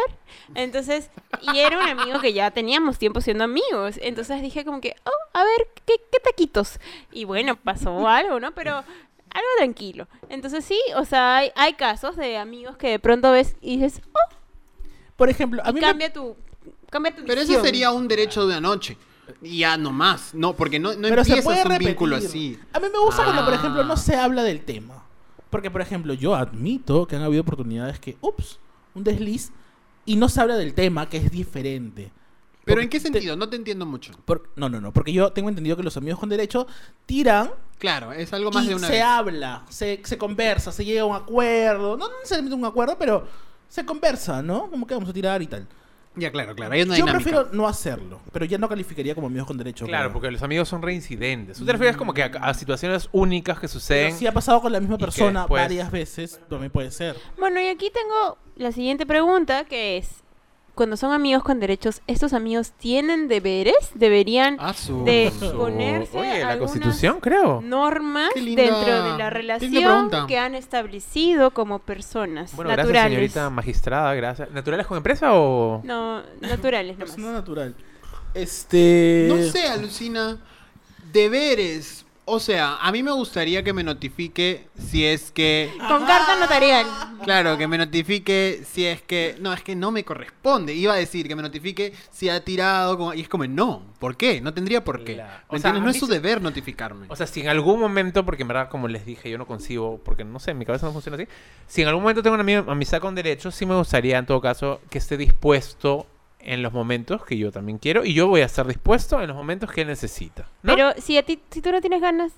Speaker 4: Entonces, y era un amigo que ya teníamos tiempo siendo amigos, entonces dije como que, oh, a ver, ¿qué, qué taquitos? Y bueno, pasó algo, ¿no? Pero... Algo tranquilo. Entonces sí, o sea, hay, hay casos de amigos que de pronto ves y dices, oh,
Speaker 3: Por ejemplo, a mí me-
Speaker 4: cambia tu, cambia tu
Speaker 1: Pero ese
Speaker 4: visión".
Speaker 1: sería un derecho de anoche. Y ya no más. No, porque no, no
Speaker 3: pero se
Speaker 1: empiezas
Speaker 3: puede
Speaker 1: un
Speaker 3: repetir.
Speaker 1: vínculo así.
Speaker 3: A mí me gusta cuando, por
Speaker 1: Ah.
Speaker 3: ejemplo, no se habla del tema. Porque, por ejemplo, yo admito que han habido oportunidades que, ups, un desliz y no se habla del tema, que es diferente.
Speaker 1: Pero
Speaker 3: Porque
Speaker 1: ¿en qué
Speaker 3: te-
Speaker 1: sentido? No te entiendo mucho.
Speaker 3: por- no, no, no, porque yo tengo entendido que los amigos con derecho tiran
Speaker 1: Claro, es algo más
Speaker 3: y
Speaker 1: de una
Speaker 3: se
Speaker 1: vez.
Speaker 3: habla, se, se conversa, se llega a un acuerdo. No, no necesariamente un acuerdo, pero se conversa, ¿no? Como que vamos a tirar y tal.
Speaker 1: Ya, claro, claro. Hay una
Speaker 3: yo
Speaker 1: dinámica.
Speaker 3: prefiero no hacerlo, pero ya no calificaría como amigos con derecho.
Speaker 2: Claro,
Speaker 3: creo.
Speaker 2: porque los amigos son reincidentes. Tú te refieres como que a, a situaciones únicas que
Speaker 3: Pero
Speaker 2: suceden.
Speaker 3: si ha pasado con la misma
Speaker 2: que pues
Speaker 3: persona
Speaker 2: después-
Speaker 3: varias veces, también puede ser.
Speaker 4: Bueno, y aquí tengo la siguiente pregunta, que es, cuando son amigos con derechos, ¿estos amigos tienen deberes? ¿Deberían
Speaker 1: Ah, su-
Speaker 4: de
Speaker 2: Su-
Speaker 4: ponerse
Speaker 2: Oye, la
Speaker 4: algunas
Speaker 2: constitución, creo.
Speaker 4: normas
Speaker 1: Qué linda-
Speaker 4: dentro de la
Speaker 1: linda
Speaker 4: relación
Speaker 1: pregunta.
Speaker 4: que han establecido como personas
Speaker 2: Bueno, gracias,
Speaker 4: naturales?
Speaker 2: señorita magistrada, gracias. ¿Naturales con empresa o.?
Speaker 4: No, naturales nomás.
Speaker 1: Pues
Speaker 3: Persona natural. Este.
Speaker 1: No sé, alucina. Deberes. O sea, a mí me gustaría que me notifique si es que
Speaker 4: Con carta
Speaker 1: Ah.
Speaker 4: notarial.
Speaker 1: Claro, que me notifique si es que. No, es que no me corresponde. Iba a decir que me notifique si ha tirado. como- Y es como, no. ¿Por qué? No tendría por qué.
Speaker 2: Claro.
Speaker 1: ¿Me
Speaker 2: O sea,
Speaker 1: entiendes?
Speaker 2: a
Speaker 1: No
Speaker 2: mí
Speaker 1: es su
Speaker 2: se-
Speaker 1: deber notificarme.
Speaker 2: O sea, si en algún momento, porque en verdad, como les dije, yo no concibo, porque no sé, mi cabeza no funciona así. Si en algún momento tengo una ami- amistad con derechos, sí me gustaría, en todo caso, que esté dispuesto en los momentos que yo también quiero y yo voy a estar dispuesto en los momentos que él necesita. ¿no?
Speaker 4: Pero si a ti, si tú no tienes ganas,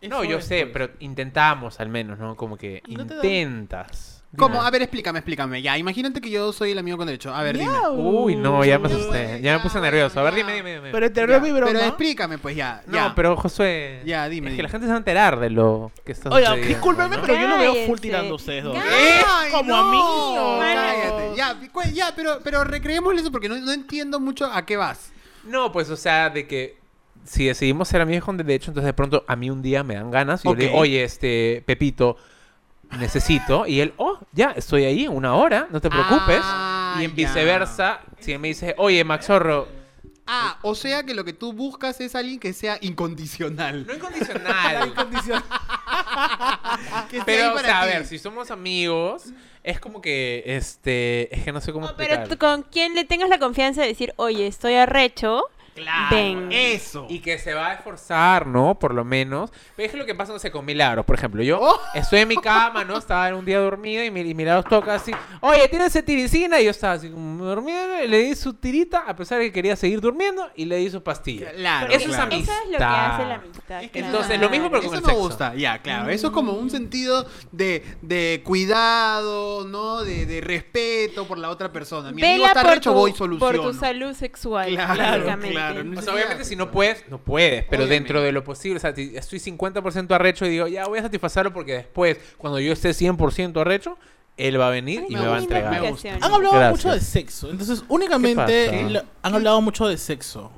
Speaker 2: no,
Speaker 3: Eso
Speaker 2: yo
Speaker 3: es,
Speaker 2: sé,
Speaker 3: pues.
Speaker 2: pero intentamos al menos, ¿no? Como que
Speaker 3: No te da-
Speaker 2: intentas.
Speaker 1: ¿Cómo?
Speaker 2: Dime.
Speaker 1: A ver, explícame, explícame. Ya, imagínate que yo soy el amigo con derecho. A ver, dime.
Speaker 3: Miau.
Speaker 2: Uy, no, ya me
Speaker 1: Ya,
Speaker 2: asusté.
Speaker 1: bueno,
Speaker 2: Ya me puse
Speaker 1: ya,
Speaker 2: nervioso. A ver,
Speaker 1: bueno,
Speaker 2: dime,
Speaker 1: ya.
Speaker 2: dime, dime.
Speaker 3: Pero te
Speaker 1: Ya,
Speaker 3: veo mi broma.
Speaker 1: Pero explícame, pues ya.
Speaker 2: no,
Speaker 1: ya.
Speaker 2: pero Josué.
Speaker 1: Ya, dime,
Speaker 2: Es
Speaker 1: dime.
Speaker 2: que la gente se va a enterar de lo que está
Speaker 3: Oiga,
Speaker 2: sucediendo,
Speaker 3: discúlpeme,
Speaker 2: ¿no?
Speaker 3: pero yo no veo full
Speaker 4: Cállense.
Speaker 3: tirando ustedes dos.
Speaker 4: Cállense.
Speaker 1: ¡Ay,
Speaker 3: Como
Speaker 1: no!
Speaker 3: amigo.
Speaker 1: Cállate. Ya, cu- ya, pero, pero recreémosle eso porque no, no entiendo mucho a qué vas.
Speaker 2: No, pues, o sea, de que si decidimos ser amigos con derecho, entonces de pronto a mí un día me dan ganas y yo le digo,
Speaker 1: Ok.
Speaker 2: oye, este, Pepito, necesito. Y él, oh, ya, estoy ahí en una hora, no te preocupes.
Speaker 1: Ah,
Speaker 2: y en
Speaker 1: ya.
Speaker 2: viceversa, si él me dice, oye, Maxorro,
Speaker 1: Ah, o sea que lo que tú buscas es alguien que sea incondicional.
Speaker 2: no incondicional.
Speaker 1: Que esté ahí
Speaker 2: pero, o
Speaker 1: para
Speaker 2: sea, a
Speaker 1: ti.
Speaker 2: ver, si somos amigos, es como que, este, es que no sé cómo
Speaker 4: no, pero
Speaker 2: explicar.
Speaker 4: tú- con quien le tengas la confianza de decir, oye, estoy arrecho,
Speaker 2: Claro.
Speaker 4: Ven.
Speaker 2: Eso. Y que se va a esforzar, ¿no? Por lo menos. Pero es lo que pasa, no sé, con Milagros, por ejemplo. Yo estoy en mi cama, ¿no? Estaba en un día dormida y, mi- y Milagros toca así. Oye, ¿tienes tiricina? Y yo estaba así como dormida. y Le di su tirita, a pesar de que quería seguir durmiendo, y le di su pastilla.
Speaker 1: Claro.
Speaker 4: Porque
Speaker 2: Eso es
Speaker 4: Eso es lo que
Speaker 2: amistad.
Speaker 4: hace la amistad.
Speaker 2: Entonces,
Speaker 4: claro.
Speaker 2: lo mismo, pero con
Speaker 1: Eso
Speaker 2: el
Speaker 1: me
Speaker 2: sexo.
Speaker 1: gusta, ya, claro. Eso es como un sentido de, de cuidado, ¿no? De, de respeto por la otra persona. Mi amigo
Speaker 4: Vela
Speaker 1: está
Speaker 4: por
Speaker 1: recho,
Speaker 4: tu,
Speaker 1: voy y soluciono.
Speaker 4: por tu salud sexual,
Speaker 1: Claro,
Speaker 4: básicamente.
Speaker 1: claro, no
Speaker 2: O
Speaker 1: es-
Speaker 2: sea, obviamente si no puedes, no puedes, pero
Speaker 1: Obviamente.
Speaker 2: dentro de lo posible, o sea, si estoy 50% arrecho y digo, ya voy a satisfacerlo porque después, cuando yo esté 100% arrecho, él va a venir y
Speaker 4: Ay,
Speaker 2: me va a
Speaker 4: qué linda
Speaker 2: entregar.
Speaker 1: Me gusta.
Speaker 4: explicación.
Speaker 3: Han hablado
Speaker 2: Gracias.
Speaker 3: mucho de sexo. Entonces,
Speaker 2: ¿Qué
Speaker 3: únicamente
Speaker 2: pasa?
Speaker 3: lo- han hablado mucho de sexo.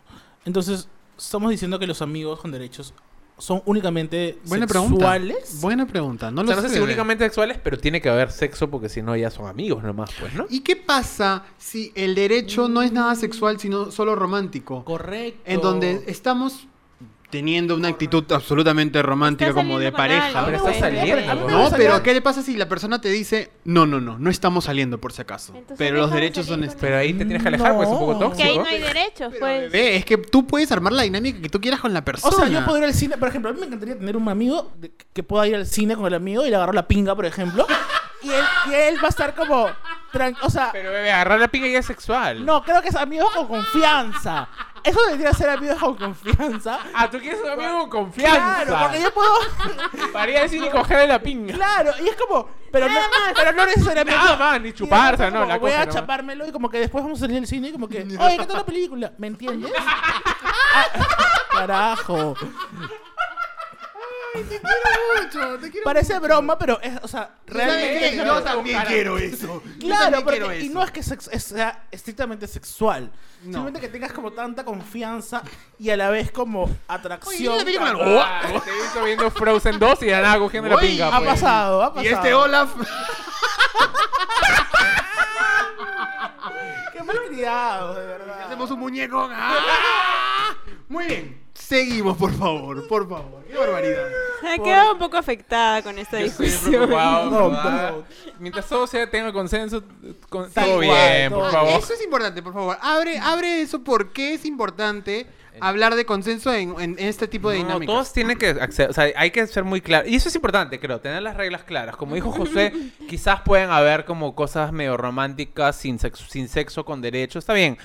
Speaker 3: Entonces, estamos diciendo que los amigos con derechos son únicamente
Speaker 1: Buena pregunta.
Speaker 3: sexuales.
Speaker 1: Buena pregunta. No
Speaker 2: O
Speaker 1: lo
Speaker 2: sea, no sé
Speaker 1: sé
Speaker 2: si
Speaker 1: bebé.
Speaker 2: únicamente sexuales, pero tiene que haber sexo porque si no ya son amigos nomás, pues, ¿no?
Speaker 1: ¿Y qué pasa si el derecho no es nada sexual, sino solo romántico?
Speaker 3: Correcto.
Speaker 1: En donde estamos teniendo una actitud absolutamente romántica
Speaker 4: Estás
Speaker 1: como de
Speaker 4: saliendo con
Speaker 1: pareja.
Speaker 4: alguien,
Speaker 2: Pero está
Speaker 4: pues,
Speaker 2: saliendo,
Speaker 4: ¿verdad?
Speaker 2: ¿no?
Speaker 1: No, pero ¿qué le pasa si la persona te dice, no, no, no, no estamos saliendo por si acaso?
Speaker 4: Entonces
Speaker 1: pero los
Speaker 4: deja de
Speaker 1: derechos son este.
Speaker 4: salir
Speaker 1: estos.
Speaker 4: con
Speaker 2: Pero ahí te tienes que alejar porque es un poco
Speaker 3: No.
Speaker 4: Que ahí no
Speaker 2: tóxico.
Speaker 4: hay derechos,
Speaker 1: Pero,
Speaker 4: pues.
Speaker 1: bebé, es que tú puedes armar la dinámica que tú quieras con la
Speaker 3: O
Speaker 1: persona.
Speaker 3: sea, yo puedo ir al cine, por ejemplo, a mí me encantaría tener un amigo de- que pueda ir al cine con el amigo y le agarro la pinga, por ejemplo. y, él, y él va a estar como. tran- O sea,
Speaker 2: Pero bebé, agarrar la pica ya es sexual.
Speaker 3: no, creo que es amigos con confianza. Eso debería ser amigos con confianza.
Speaker 2: Ah, tú quieres un amigo con confianza.
Speaker 3: Claro, porque yo puedo.
Speaker 2: Para ir al cine y cogerle la pinga.
Speaker 3: Claro, y es como, pero no, pero no necesariamente.
Speaker 2: Nada más, Ah, ni chuparse,
Speaker 3: Y de repente
Speaker 2: no,
Speaker 3: como
Speaker 2: la
Speaker 3: Voy
Speaker 2: cosa
Speaker 3: a
Speaker 2: nomás.
Speaker 3: chapármelo y como que después vamos a salir del cine y como que, oye, ¿qué tal la película? ¿Me entiendes? Ah, Carajo.
Speaker 1: mucho, te quiero
Speaker 3: Parece broma, pero es, o sea,
Speaker 1: ¿Sabes
Speaker 3: realmente.
Speaker 1: qué? Yo también quiero eso. Yo
Speaker 3: Claro,
Speaker 1: también quiero
Speaker 3: porque, y
Speaker 1: eso.
Speaker 3: no es que sex- es- sea estrictamente sexual.
Speaker 1: No.
Speaker 3: Simplemente que tengas como tanta confianza y a la vez como atracción.
Speaker 1: Oye, ¿y la película?
Speaker 3: para-
Speaker 1: Oh.
Speaker 2: Ah, te he visto viendo Frozen 2 y de nada cogiendo la
Speaker 1: Uy,
Speaker 2: pinga.
Speaker 3: Ha
Speaker 2: pues.
Speaker 3: pasado, ha pasado.
Speaker 1: Y este Olaf.
Speaker 3: Qué malcriado, de verdad.
Speaker 1: Hacemos un muñeco. ¡Ah! Muy bien. Seguimos, por favor, por favor. Qué barbaridad.
Speaker 4: Me he quedado un poco afectada con este esta
Speaker 2: Yo estoy
Speaker 4: discusión.
Speaker 2: preocupado,
Speaker 3: No,
Speaker 2: ¿verdad?
Speaker 3: no.
Speaker 2: Mientras todo sea tenga consenso, con-
Speaker 3: Tal
Speaker 2: todo
Speaker 3: cual,
Speaker 2: bien,
Speaker 3: todo
Speaker 2: por
Speaker 3: bien.
Speaker 2: favor.
Speaker 1: Eso es importante, por favor. Abre, abre eso porque es importante hablar de consenso en, en este tipo de
Speaker 2: No,
Speaker 1: dinámicas.
Speaker 2: todos tienen que acceder, o sea, hay que ser muy claro. Y eso es importante, creo, tener las reglas claras. Como dijo José, quizás pueden haber como cosas medio románticas, sin sexo, sin sexo con derecho, está bien.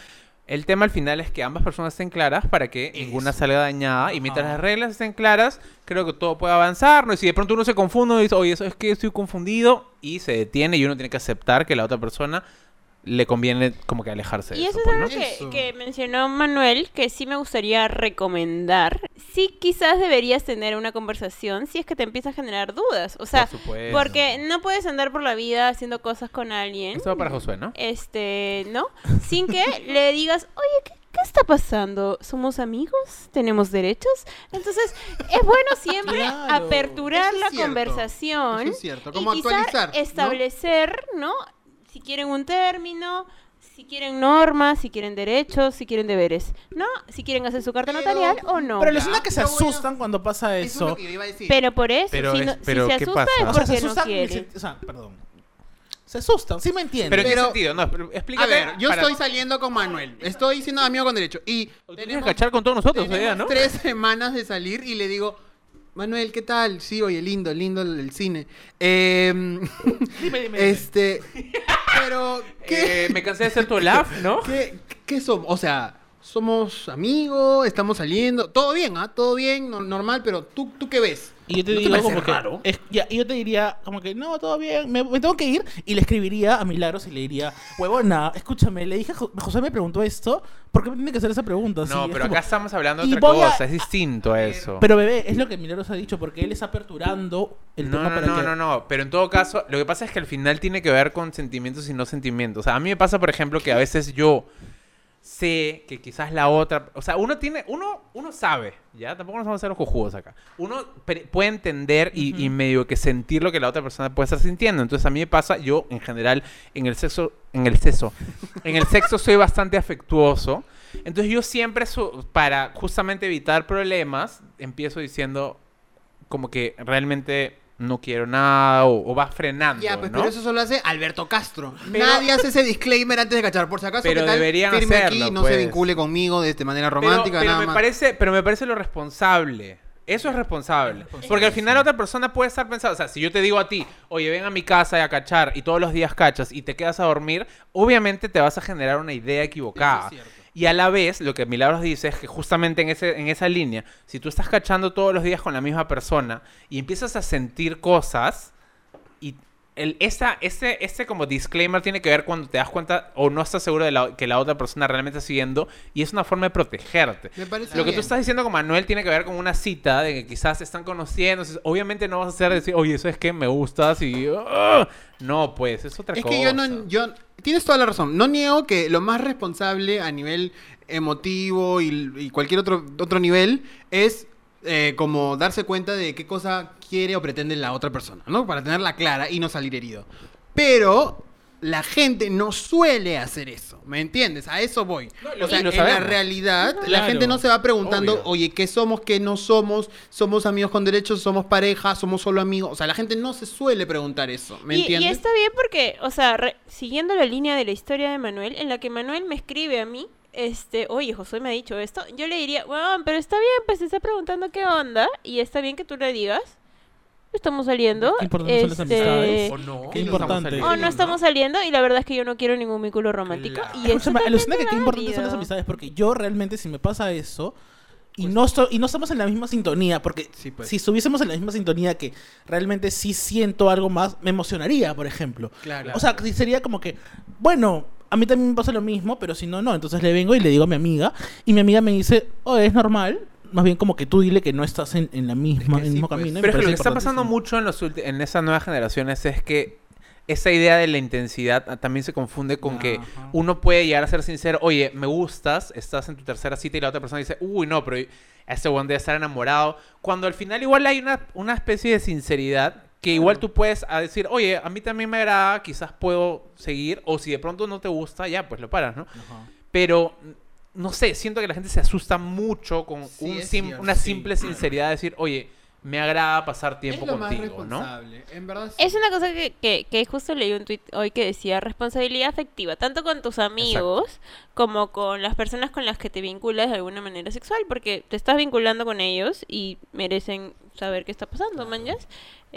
Speaker 2: El tema al final es que ambas personas estén claras para que ninguna salga dañada. Y mientras las reglas estén claras, creo que todo puede avanzar. ¿no? Y si de pronto uno se confunde, uno dice, oye, eso es que estoy confundido, y se detiene y uno tiene que aceptar que la otra persona le conviene como que alejarse de
Speaker 4: Y
Speaker 2: eso.
Speaker 4: eso es
Speaker 2: pues, ¿no?
Speaker 4: algo
Speaker 1: Eso.
Speaker 4: que, que mencionó Manuel, que sí me gustaría recomendar. Sí, quizás deberías tener una conversación si es que te empieza a generar dudas. O sea,
Speaker 2: Por supuesto.
Speaker 4: porque no puedes andar por la vida haciendo cosas con alguien,
Speaker 2: Esto va para Josué, ¿no?
Speaker 4: este, ¿no? Sin que le digas, oye, ¿qué, qué está pasando? ¿Somos amigos? ¿Tenemos derechos? Entonces, es bueno siempre
Speaker 3: Claro.
Speaker 4: aperturar
Speaker 1: Eso es
Speaker 4: la
Speaker 1: cierto.
Speaker 4: conversación.
Speaker 1: Eso es cierto, como
Speaker 4: y quizá
Speaker 1: actualizar, ¿no?
Speaker 4: establecer, ¿no? Si quieren un término, si quieren normas, si quieren derechos, si quieren deberes, ¿no? Si quieren hacer su carta
Speaker 1: Pero-
Speaker 4: notarial o
Speaker 3: Pero
Speaker 4: no. Pero,
Speaker 3: les suena que se
Speaker 1: Pero bueno,
Speaker 3: asustan cuando pasa
Speaker 1: Eso es
Speaker 3: eso.
Speaker 1: lo que yo iba a decir.
Speaker 4: por eso,
Speaker 2: Pero
Speaker 4: si,
Speaker 2: es-
Speaker 4: no- si
Speaker 2: pero
Speaker 4: se
Speaker 2: ¿qué
Speaker 4: asustan
Speaker 2: pasa?
Speaker 3: O
Speaker 4: es
Speaker 3: sea, se
Speaker 4: porque no
Speaker 3: asustan. y
Speaker 4: quieren.
Speaker 3: se- o sea, perdón. Se asustan, sí me entienden.
Speaker 2: Pero, en qué
Speaker 1: Pero-
Speaker 2: sentido, no, pero
Speaker 1: A
Speaker 2: explícate.
Speaker 1: ver, yo
Speaker 2: para-
Speaker 1: estoy saliendo con Manuel. Estoy diciendo amigo con derecho. Y
Speaker 2: Tienes
Speaker 1: tenemos,
Speaker 2: que cachar con todos nosotros,
Speaker 1: tenemos
Speaker 2: idea, ¿no?
Speaker 1: tres semanas de salir y le digo, Manuel, ¿qué tal? Sí, oye, lindo, lindo el, el cine. Em,
Speaker 3: Dime, dime, dime.
Speaker 1: este, pero, ¿qué,
Speaker 2: Eh, me cansé de ser tu laugh, ¿no?
Speaker 1: qué, qué somos? O sea, somos amigos, estamos saliendo. Todo bien, ¿ah? Todo bien, no- normal, pero ¿tú, ¿tú qué ves?
Speaker 3: Y yo te
Speaker 1: ¿No te
Speaker 3: digo
Speaker 1: parece
Speaker 3: como que
Speaker 1: raro?
Speaker 3: es- ya, y yo te diría como que no, todo bien, me, me tengo que ir y le escribiría a Milagros y le diría, "Huevona, escúchame, le dije a Jo- José me preguntó esto, ¿por qué me tiene que hacer esa pregunta?" Así,
Speaker 2: No,
Speaker 3: es
Speaker 2: pero
Speaker 3: como-
Speaker 2: acá estamos hablando
Speaker 3: y
Speaker 2: de otra
Speaker 3: voy a-
Speaker 2: cosa, es distinto a eso.
Speaker 3: Pero bebé, es lo que Milagros ha dicho porque él está aperturando el
Speaker 2: no,
Speaker 3: tema
Speaker 2: no,
Speaker 3: para
Speaker 2: no,
Speaker 3: que
Speaker 2: no, no, pero en todo caso, lo que pasa es que al final tiene que ver con sentimientos y no sentimientos. O sea, a mí me pasa, por ejemplo, que a veces yo sé que quizás la otra, o sea, uno tiene, uno, uno sabe, ya, tampoco nos vamos a hacer los cojudos acá. Uno pre- puede entender y, y medio que sentir lo que la otra persona puede estar sintiendo. Entonces a mí me pasa, yo en general en el sexo, en el sexo, en el sexo soy bastante afectuoso. Entonces yo siempre su- para justamente evitar problemas empiezo diciendo como que realmente no quiero nada o, o vas frenando.
Speaker 1: Ya, pues,
Speaker 2: ¿no?
Speaker 1: pero eso solo hace Alberto Castro.
Speaker 2: Pero-
Speaker 1: Nadie hace ese disclaimer antes de cachar. Por si acaso,
Speaker 2: Pero
Speaker 1: ¿qué tal?
Speaker 2: deberían
Speaker 1: Firme aquí,
Speaker 2: hacerlo,
Speaker 1: no se
Speaker 2: pues.
Speaker 1: vincule conmigo de esta manera
Speaker 2: Pero-
Speaker 1: romántica,
Speaker 2: pero,
Speaker 1: nada
Speaker 2: me
Speaker 1: más.
Speaker 2: parece pero me parece lo responsable eso es responsable. Porque al final otra persona puede estar pensando, o sea, si yo te digo a ti, oye, ven a mi casa y a cachar y todos los días cachas y te quedas a dormir, obviamente te vas a generar una idea equivocada. y a la vez, lo que Milagros dice es que justamente en, ese, en esa línea, si tú estás cachando todos los días con la misma persona y empiezas a sentir cosas, y el, esa, ese, ese como disclaimer tiene que ver cuando te das cuenta o no estás seguro de la- que la otra persona realmente está siguiendo y es una forma de protegerte.
Speaker 1: Me parece
Speaker 2: Lo que
Speaker 1: bien.
Speaker 2: tú estás diciendo con Manuel tiene que ver con una cita de que quizás se están conociendo. entonces, Obviamente no vas a hacer decir, oye, eso es que me gustas y... "Ah". No, pues, es otra
Speaker 1: Es
Speaker 2: cosa.
Speaker 1: que yo no. Yo, tienes toda la razón. No niego que lo más responsable a nivel emotivo y, y cualquier otro, otro nivel es eh, como darse cuenta de qué cosa quiere o pretende la otra persona, ¿no? Para tenerla clara y no salir herido. Pero. La gente no suele hacer eso, ¿me entiendes? A eso voy.
Speaker 2: lo-
Speaker 1: o sea,
Speaker 2: y lo
Speaker 1: en la
Speaker 2: sabemos.
Speaker 1: realidad, la
Speaker 3: Claro.
Speaker 1: gente no se va preguntando,
Speaker 3: Obvio.
Speaker 1: oye, ¿qué somos? ¿Qué no somos? ¿Somos amigos con derechos? ¿Somos pareja? ¿Somos solo amigos? O sea, la gente no se suele preguntar eso, ¿me
Speaker 4: Y- y,
Speaker 1: entiendes?
Speaker 4: está bien porque, o sea, re- siguiendo la línea de la historia de Manuel, en la que Manuel me escribe a mí, este, oye, Josué me ha dicho esto, yo le diría, bueno, pero está bien, pues te está preguntando qué onda, y está bien que tú le digas, estamos saliendo, este,
Speaker 3: Qué importantes son las amistades.
Speaker 2: ¿O no?
Speaker 3: Qué
Speaker 2: Lo estamos
Speaker 3: importante.
Speaker 2: saliendo,
Speaker 4: o Oh, no estamos saliendo, y la verdad es que yo no quiero ningún vínculo romántico,
Speaker 2: Claro.
Speaker 4: y eso
Speaker 3: Escúchame,
Speaker 4: también
Speaker 3: alucina que
Speaker 4: es
Speaker 3: qué importantes son las
Speaker 4: válido.
Speaker 3: amistades, porque yo realmente si me pasa eso y
Speaker 2: Pues
Speaker 3: no estoy- y no estamos en la misma sintonía, porque
Speaker 1: Sí, pues.
Speaker 3: si estuviésemos en la misma sintonía que realmente sí siento algo más, me emocionaría, por ejemplo.
Speaker 1: Claro.
Speaker 3: O sea, que sería como que, bueno, a mí también me pasa lo mismo, pero si no, no. Entonces le vengo y le digo a mi amiga, y mi amiga me dice, oh, es normal. Más bien como que tú dile que no estás en, en la misma,
Speaker 1: Es que
Speaker 3: en el
Speaker 1: sí,
Speaker 3: mismo
Speaker 1: pues.
Speaker 3: camino. y
Speaker 2: Pero es
Speaker 3: me
Speaker 2: que lo que
Speaker 3: parece
Speaker 2: está pasando mucho
Speaker 3: importantísimo.
Speaker 2: en, los ulti- en esas nuevas generaciones es que esa idea de la intensidad ah, también se confunde con que
Speaker 3: Ajá.
Speaker 2: uno puede llegar a ser sincero, oye, me gustas, estás en tu tercera cita y la otra persona dice, uy, no, pero ese buen debe estar enamorado. Cuando al final igual hay una, una especie de sinceridad que igual tú puedes a decir, oye, a mí también me agrada, quizás puedo seguir, o si de pronto no te gusta, ya, pues lo paras, ¿no? Pero, no sé, siento que la gente se asusta mucho con
Speaker 1: Sí,
Speaker 2: un
Speaker 1: es
Speaker 2: sim-
Speaker 1: cierto,
Speaker 2: una
Speaker 1: sí.
Speaker 2: simple sinceridad de decir, oye, me agrada pasar tiempo
Speaker 1: es lo
Speaker 2: contigo,
Speaker 1: más
Speaker 2: ¿no?
Speaker 1: responsable. En verdad, sí.
Speaker 4: Es una cosa que, que, que justo leí un tweet hoy que decía responsabilidad afectiva, tanto con tus amigos como con las personas con las que te vinculas de alguna manera sexual, porque te estás vinculando con ellos y merecen saber qué está pasando, manjas.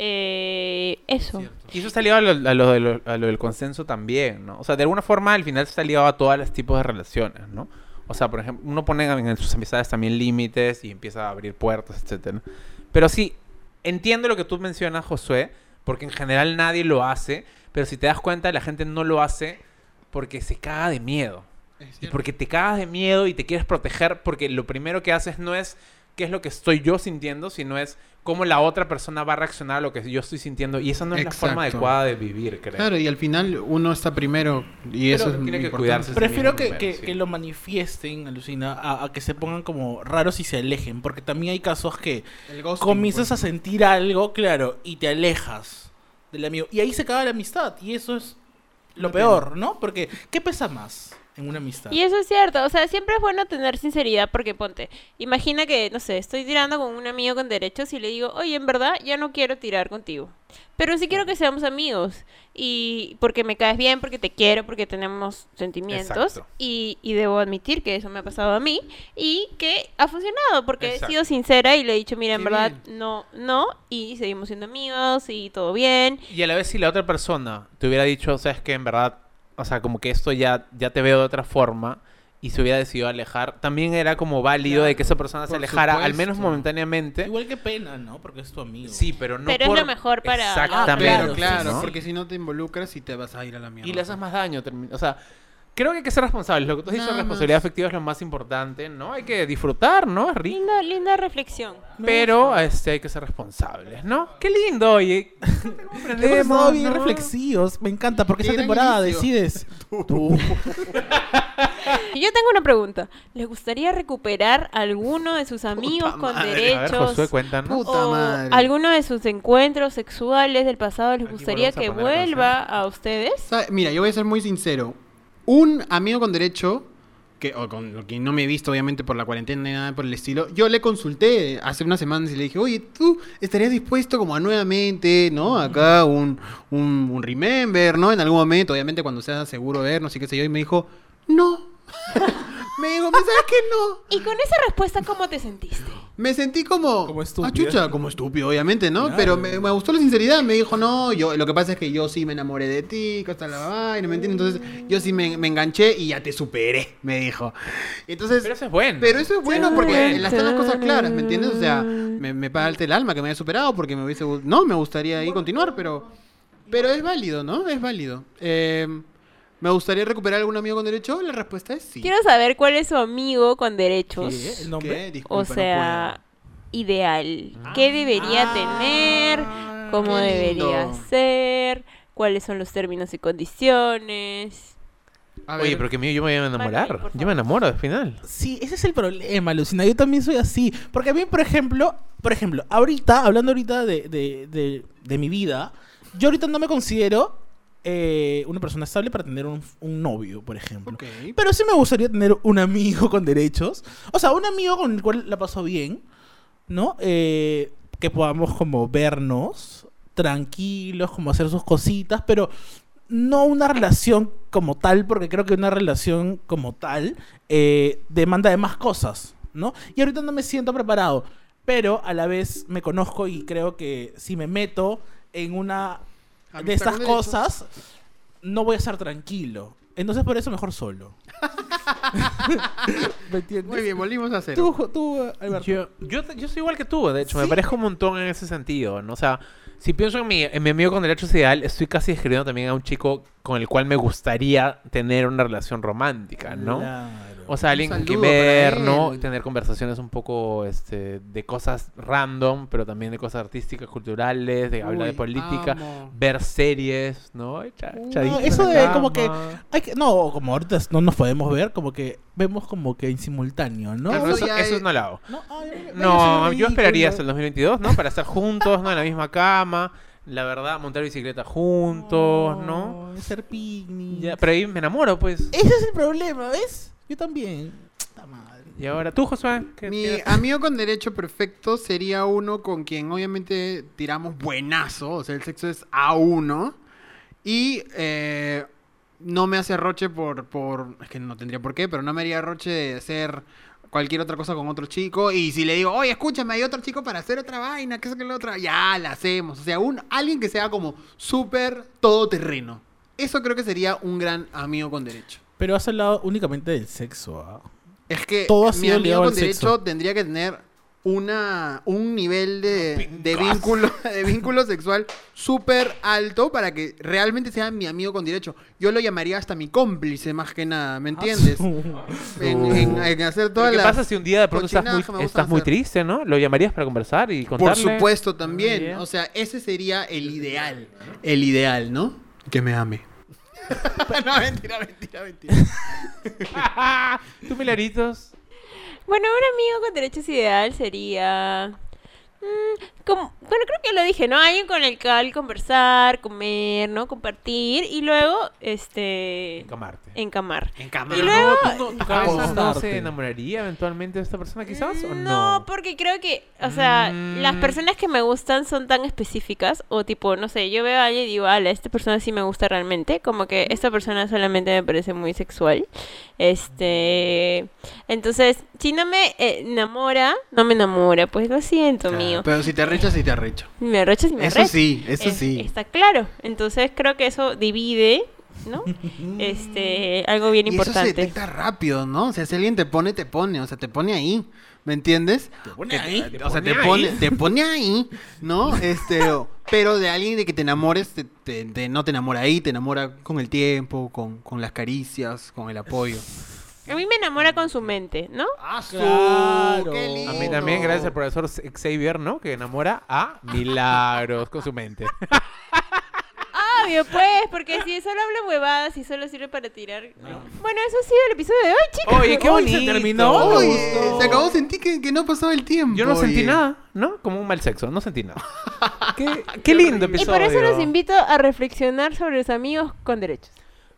Speaker 4: Eh, eso.
Speaker 2: Y eso está ligado a lo, a lo de lo- a lo del consenso también, ¿no? O sea, de alguna forma al final está ligado a todos los tipos de relaciones, ¿no? O sea, por ejemplo, uno pone en el- sus amistades también límites y empieza a abrir puertas, etcétera. Pero sí, entiendo lo que tú mencionas, Josué, porque en general nadie lo hace, pero si te das cuenta, la gente no lo hace porque se caga de miedo. Y porque te cagas de miedo y te quieres proteger porque lo primero que haces no es qué es lo que estoy yo sintiendo, sino es cómo la otra persona va a reaccionar a lo que yo estoy sintiendo. Y esa no es la forma
Speaker 1: Exacto.
Speaker 2: adecuada de vivir, creo.
Speaker 1: Claro, y al final uno está primero y
Speaker 2: Pero
Speaker 1: eso es
Speaker 2: tiene que
Speaker 1: importante.
Speaker 2: cuidarse.
Speaker 3: Prefiero
Speaker 2: Sí,
Speaker 3: que,
Speaker 2: bueno,
Speaker 3: que-
Speaker 2: sí.
Speaker 3: que lo manifiesten, alucina, a, a que se pongan como raros y se alejen, porque también hay casos que
Speaker 1: El ghosting,
Speaker 3: comienzas
Speaker 1: pues.
Speaker 3: a sentir algo, claro, y te alejas del amigo. Y ahí se acaba la amistad, y eso es lo peor, ¿no? Porque, ¿qué pesa más en una amistad?
Speaker 4: Y eso es cierto, o sea, siempre es bueno tener sinceridad porque ponte, imagina que, no sé, estoy tirando con un amigo con derechos y le digo, oye, en verdad ya no quiero tirar contigo, pero sí quiero que seamos amigos y porque me caes bien, porque te quiero, porque tenemos sentimientos
Speaker 2: Exacto.
Speaker 4: y, y debo admitir que eso me ha pasado a mí y que ha funcionado porque
Speaker 2: Exacto.
Speaker 4: he sido sincera y le he dicho, mira, en
Speaker 1: Qué
Speaker 4: verdad
Speaker 1: bien.
Speaker 4: no, no y seguimos siendo amigos y todo bien.
Speaker 2: Y a la vez si la otra persona te hubiera dicho, sabes que en verdad, o sea, como que esto ya, ya te veo de otra forma y se hubiera decidido alejar, también era como válido de que esa persona se
Speaker 1: por
Speaker 2: alejara, al menos
Speaker 1: supuesto.
Speaker 2: momentáneamente.
Speaker 3: Igual que pena, ¿no? Porque es tu amigo.
Speaker 2: Sí, pero no
Speaker 4: Pero es lo
Speaker 2: por-
Speaker 4: mejor para-
Speaker 2: Exactamente.
Speaker 1: Pero
Speaker 3: Ah,
Speaker 1: claro,
Speaker 3: sí, sí.
Speaker 1: porque si no te involucras y te vas a ir a la mierda.
Speaker 2: Y le haces más daño. termi- O sea, creo que hay que ser responsables. Lo que tú has dicho,
Speaker 1: Nada
Speaker 2: responsabilidad afectiva es lo más importante, ¿no? Hay que disfrutar, ¿no? Es rico.
Speaker 4: Linda, linda reflexión.
Speaker 2: Pero este, hay que ser responsables, ¿no? Qué lindo, oye.
Speaker 3: Hemos
Speaker 2: Aprendemos,
Speaker 3: estado bien
Speaker 2: ¿no?
Speaker 3: reflexivos, me encanta, porque esta
Speaker 1: Gran
Speaker 3: temporada
Speaker 1: inicio.
Speaker 3: decides tú.
Speaker 4: Y Yo tengo una pregunta. ¿Les gustaría recuperar alguno de sus amigos con
Speaker 1: madre. A
Speaker 2: A ver,
Speaker 4: derechos?
Speaker 2: Josué, cuéntanos.
Speaker 1: Puta
Speaker 4: o
Speaker 1: madre.
Speaker 4: alguno de sus encuentros sexuales del pasado les
Speaker 2: Aquí
Speaker 4: gustaría
Speaker 2: volvemos a
Speaker 4: que
Speaker 2: poner la canción.
Speaker 4: vuelva a ustedes?
Speaker 1: O sea, Mira, yo voy a ser muy sincero. Un amigo con derecho que, o con lo que no me he visto obviamente por la cuarentena ni nada por el estilo, yo le consulté hace unas semanas y le dije, oye, ¿tú estarías dispuesto como a nuevamente, ¿no? Acá un, un, un remember, ¿no? En algún momento, obviamente cuando seas seguro de vernos y qué sé yo, y me dijo, no. me dijo, "Pues, ¿sabes qué? No.
Speaker 4: Y con esa respuesta, ¿cómo te sentiste?
Speaker 1: Me sentí como...
Speaker 7: Como estúpido.
Speaker 1: Ah, chucha, como estúpido, obviamente, ¿no?
Speaker 7: Claro.
Speaker 1: Pero me, me gustó la sinceridad. Me dijo, no, yo lo que pasa es que yo sí me enamoré de ti, que hasta la vaina, ¿me entiendes? Entonces yo sí me, me enganché y ya te superé, me dijo. Entonces...
Speaker 2: Pero eso es bueno.
Speaker 1: Pero eso es bueno porque
Speaker 4: Bueno.
Speaker 1: las están las cosas claras, ¿me entiendes? O sea, me, me parte el alma que me haya superado porque me hubiese... gust- No, me gustaría ahí continuar, pero... Pero es válido, ¿no? Es válido. Eh, ¿Me gustaría recuperar algún amigo con derecho? La respuesta es sí.
Speaker 4: Quiero saber cuál es su amigo con derechos.
Speaker 3: ¿Qué? ¿El nombre?
Speaker 1: ¿Qué? Disculpa,
Speaker 4: O
Speaker 1: no
Speaker 4: sea,
Speaker 1: puedo.
Speaker 4: ideal.
Speaker 2: Ah.
Speaker 4: ¿Qué debería tener? ¿Cómo
Speaker 1: Ah. qué
Speaker 4: debería
Speaker 1: lindo.
Speaker 4: ser? ¿Cuáles son los términos y condiciones?
Speaker 1: A
Speaker 2: Oye,
Speaker 1: ver,
Speaker 2: pero que mío, yo me voy a
Speaker 4: Martín,
Speaker 2: enamorar. Yo
Speaker 4: por
Speaker 2: me
Speaker 4: favor.
Speaker 2: enamoro al final.
Speaker 3: Sí, ese es el problema, Lucina. Yo también soy así. Porque a mí, por ejemplo, por ejemplo, ahorita, hablando ahorita de, de- de- de mi vida, yo ahorita no me considero eh, una persona estable para tener un, un novio, por ejemplo.
Speaker 1: Ok.
Speaker 3: Pero sí me gustaría tener un amigo con derechos. O sea, un amigo con el cual la paso bien, ¿no? Eh, que podamos como vernos tranquilos, como hacer sus cositas, pero no una relación como tal, porque creo que una relación como tal eh, demanda de más cosas, ¿no? Y ahorita no me siento preparado, pero a la vez me conozco y creo que si me meto en una de
Speaker 1: Amistad
Speaker 3: estas
Speaker 1: con derechos.
Speaker 3: cosas, no voy a estar tranquilo. Entonces por eso mejor solo. ¿Me entiendes?
Speaker 1: Muy bien, volvimos a hacer.
Speaker 3: Tú, Jo- tú, Alberto.
Speaker 2: Yo, yo, yo soy igual que tú, de hecho, me parezco un montón en ese sentido. ¿no? O sea, si pienso en mi, en mi amigo con derechos ideal, estoy casi describiendo también a un chico con el cual me gustaría tener una relación romántica, ¿no?
Speaker 3: Claro.
Speaker 2: O sea, alguien
Speaker 1: Un
Speaker 2: con quien
Speaker 1: saludo para
Speaker 2: ver,
Speaker 1: él.
Speaker 2: ¿no? Y tener conversaciones un poco este, de cosas random, pero también de cosas artísticas, culturales, de hablar de
Speaker 1: Uy,
Speaker 2: política,
Speaker 1: amo.
Speaker 2: ver series, ¿no? Echa-
Speaker 3: No,
Speaker 2: echaditos
Speaker 3: eso
Speaker 2: en la
Speaker 3: de como que-
Speaker 2: cama.
Speaker 3: Hay que- no, como ahorita no nos podemos ver, como que vemos como que en simultáneo, ¿no?
Speaker 1: Claro,
Speaker 2: Pero eso,
Speaker 1: ya
Speaker 2: eso
Speaker 1: es-
Speaker 2: no lo hago.
Speaker 3: No, ay, ay, ay,
Speaker 2: No,
Speaker 3: soy
Speaker 2: yo esperaría hasta el
Speaker 3: ridículo.
Speaker 2: 2022, ¿no? Para estar juntos, ¿no? En la misma cama. La verdad, montar bicicleta juntos, ¿no?
Speaker 3: Hacer picnic.
Speaker 2: Ya, pero ahí me enamoro, pues.
Speaker 3: Ese es el problema, ¿ves? Yo también. Puta madre.
Speaker 2: Y ahora tú, Josué. ¿qué
Speaker 1: Mi
Speaker 2: tienes?
Speaker 1: amigo con derecho perfecto sería uno con quien obviamente tiramos buenazo, o sea, el sexo es a uno. Y eh, no me hace roche por, por... Es que no tendría por qué, pero no me haría roche de hacer cualquier otra cosa con otro chico. Y si le digo, oye, escúchame, hay otro chico para hacer otra vaina, que eso que lo otro, ya la hacemos. O sea, un, alguien que sea como súper todoterreno. Eso creo que sería un gran amigo con derecho.
Speaker 3: Pero has hablado únicamente del sexo, ¿ah?
Speaker 1: Es que
Speaker 3: Todo ha
Speaker 1: mi
Speaker 3: sido ligado
Speaker 1: amigo con
Speaker 3: al sexo.
Speaker 1: derecho tendría que tener una un nivel de, de
Speaker 2: pingas.
Speaker 1: vínculo de vínculo sexual súper alto para que realmente sea mi amigo con derecho. Yo lo llamaría hasta mi cómplice más que nada,
Speaker 3: Ah,
Speaker 1: ¿me entiendes? En, en- en hacer
Speaker 2: Pero
Speaker 1: todas
Speaker 2: ¿Qué
Speaker 1: las
Speaker 2: pasa si un día de pronto estás
Speaker 1: cochinadas
Speaker 2: muy,
Speaker 1: que me gustan
Speaker 2: estás muy
Speaker 1: hacer?
Speaker 2: triste, ¿no? Lo llamarías para conversar y
Speaker 1: Por
Speaker 2: contarle.
Speaker 1: supuesto también,
Speaker 2: Bien.
Speaker 1: o sea, ese sería el ideal, el ideal, ¿no? Que me ame. no, mentira, mentira, mentira.
Speaker 2: Tú, Milaritos.
Speaker 4: Bueno, un amigo con derechos ideal sería... mm, como- bueno, creo que lo dije, ¿no? Alguien con el cual conversar, comer, ¿no? Compartir y luego, este...
Speaker 2: Encamarte.
Speaker 4: Encamar.
Speaker 1: En
Speaker 2: Pero
Speaker 1: cámara.
Speaker 4: luego- eh,
Speaker 2: no, ¿tú no- ¿Tu cabeza no
Speaker 3: Acostarte.
Speaker 2: se enamoraría eventualmente de esta persona, quizás? ¿O no?
Speaker 4: Mm, no? porque creo que, o sea, las
Speaker 2: Mm.
Speaker 4: personas que me gustan son tan específicas, o tipo, no sé, yo veo a alguien y digo, ala, esta persona sí me gusta realmente, como que esta persona solamente me parece muy sexual. Este, entonces, si no me eh, enamora, no me enamora, pues lo siento, mío.
Speaker 1: Pero si te arrechas, si te arrecho.
Speaker 4: Me arrechas y me
Speaker 1: Eso
Speaker 4: arrechas.
Speaker 1: sí, eso
Speaker 4: Es-
Speaker 1: sí.
Speaker 4: Está claro. Entonces, creo que eso divide, ¿no? Este, algo bien
Speaker 1: Y eso se
Speaker 4: importante.
Speaker 1: detecta rápido, ¿no? O sea, si alguien te pone, te pone, o sea, te pone ahí, ¿me entiendes?
Speaker 2: pone
Speaker 1: Que-
Speaker 2: ahí, te
Speaker 1: o sea,
Speaker 2: pone
Speaker 1: te
Speaker 2: ahí.
Speaker 1: pone, te pone ahí, ¿no? Este, o- pero de alguien de que te enamores, te, te- te- no te enamora ahí, te enamora con el tiempo, con, con las caricias, con el apoyo.
Speaker 4: A mí me enamora con su mente, ¿no?
Speaker 1: ¡Ah, su!
Speaker 3: Claro.
Speaker 1: ¡Qué lindo!
Speaker 2: A mí también, gracias al profesor Xavier, ¿no? Que enamora a Milagros con su mente.
Speaker 4: Obvio, pues, porque si solo habla huevadas y solo sirve para tirar. ¿no? Bueno, eso ha sido el episodio de hoy, chicos.
Speaker 2: Oye, qué
Speaker 3: Uy, se
Speaker 2: bonito.
Speaker 3: terminó.
Speaker 1: Oye,
Speaker 3: Me gustó.
Speaker 1: se acabó, sentí que, que no pasaba el tiempo.
Speaker 2: Yo no sentí
Speaker 1: oye.
Speaker 2: nada, ¿no? Como un mal sexo, no sentí nada. Qué, qué lindo
Speaker 4: Y
Speaker 2: episodio.
Speaker 4: por eso los invito a reflexionar sobre los amigos con derechos.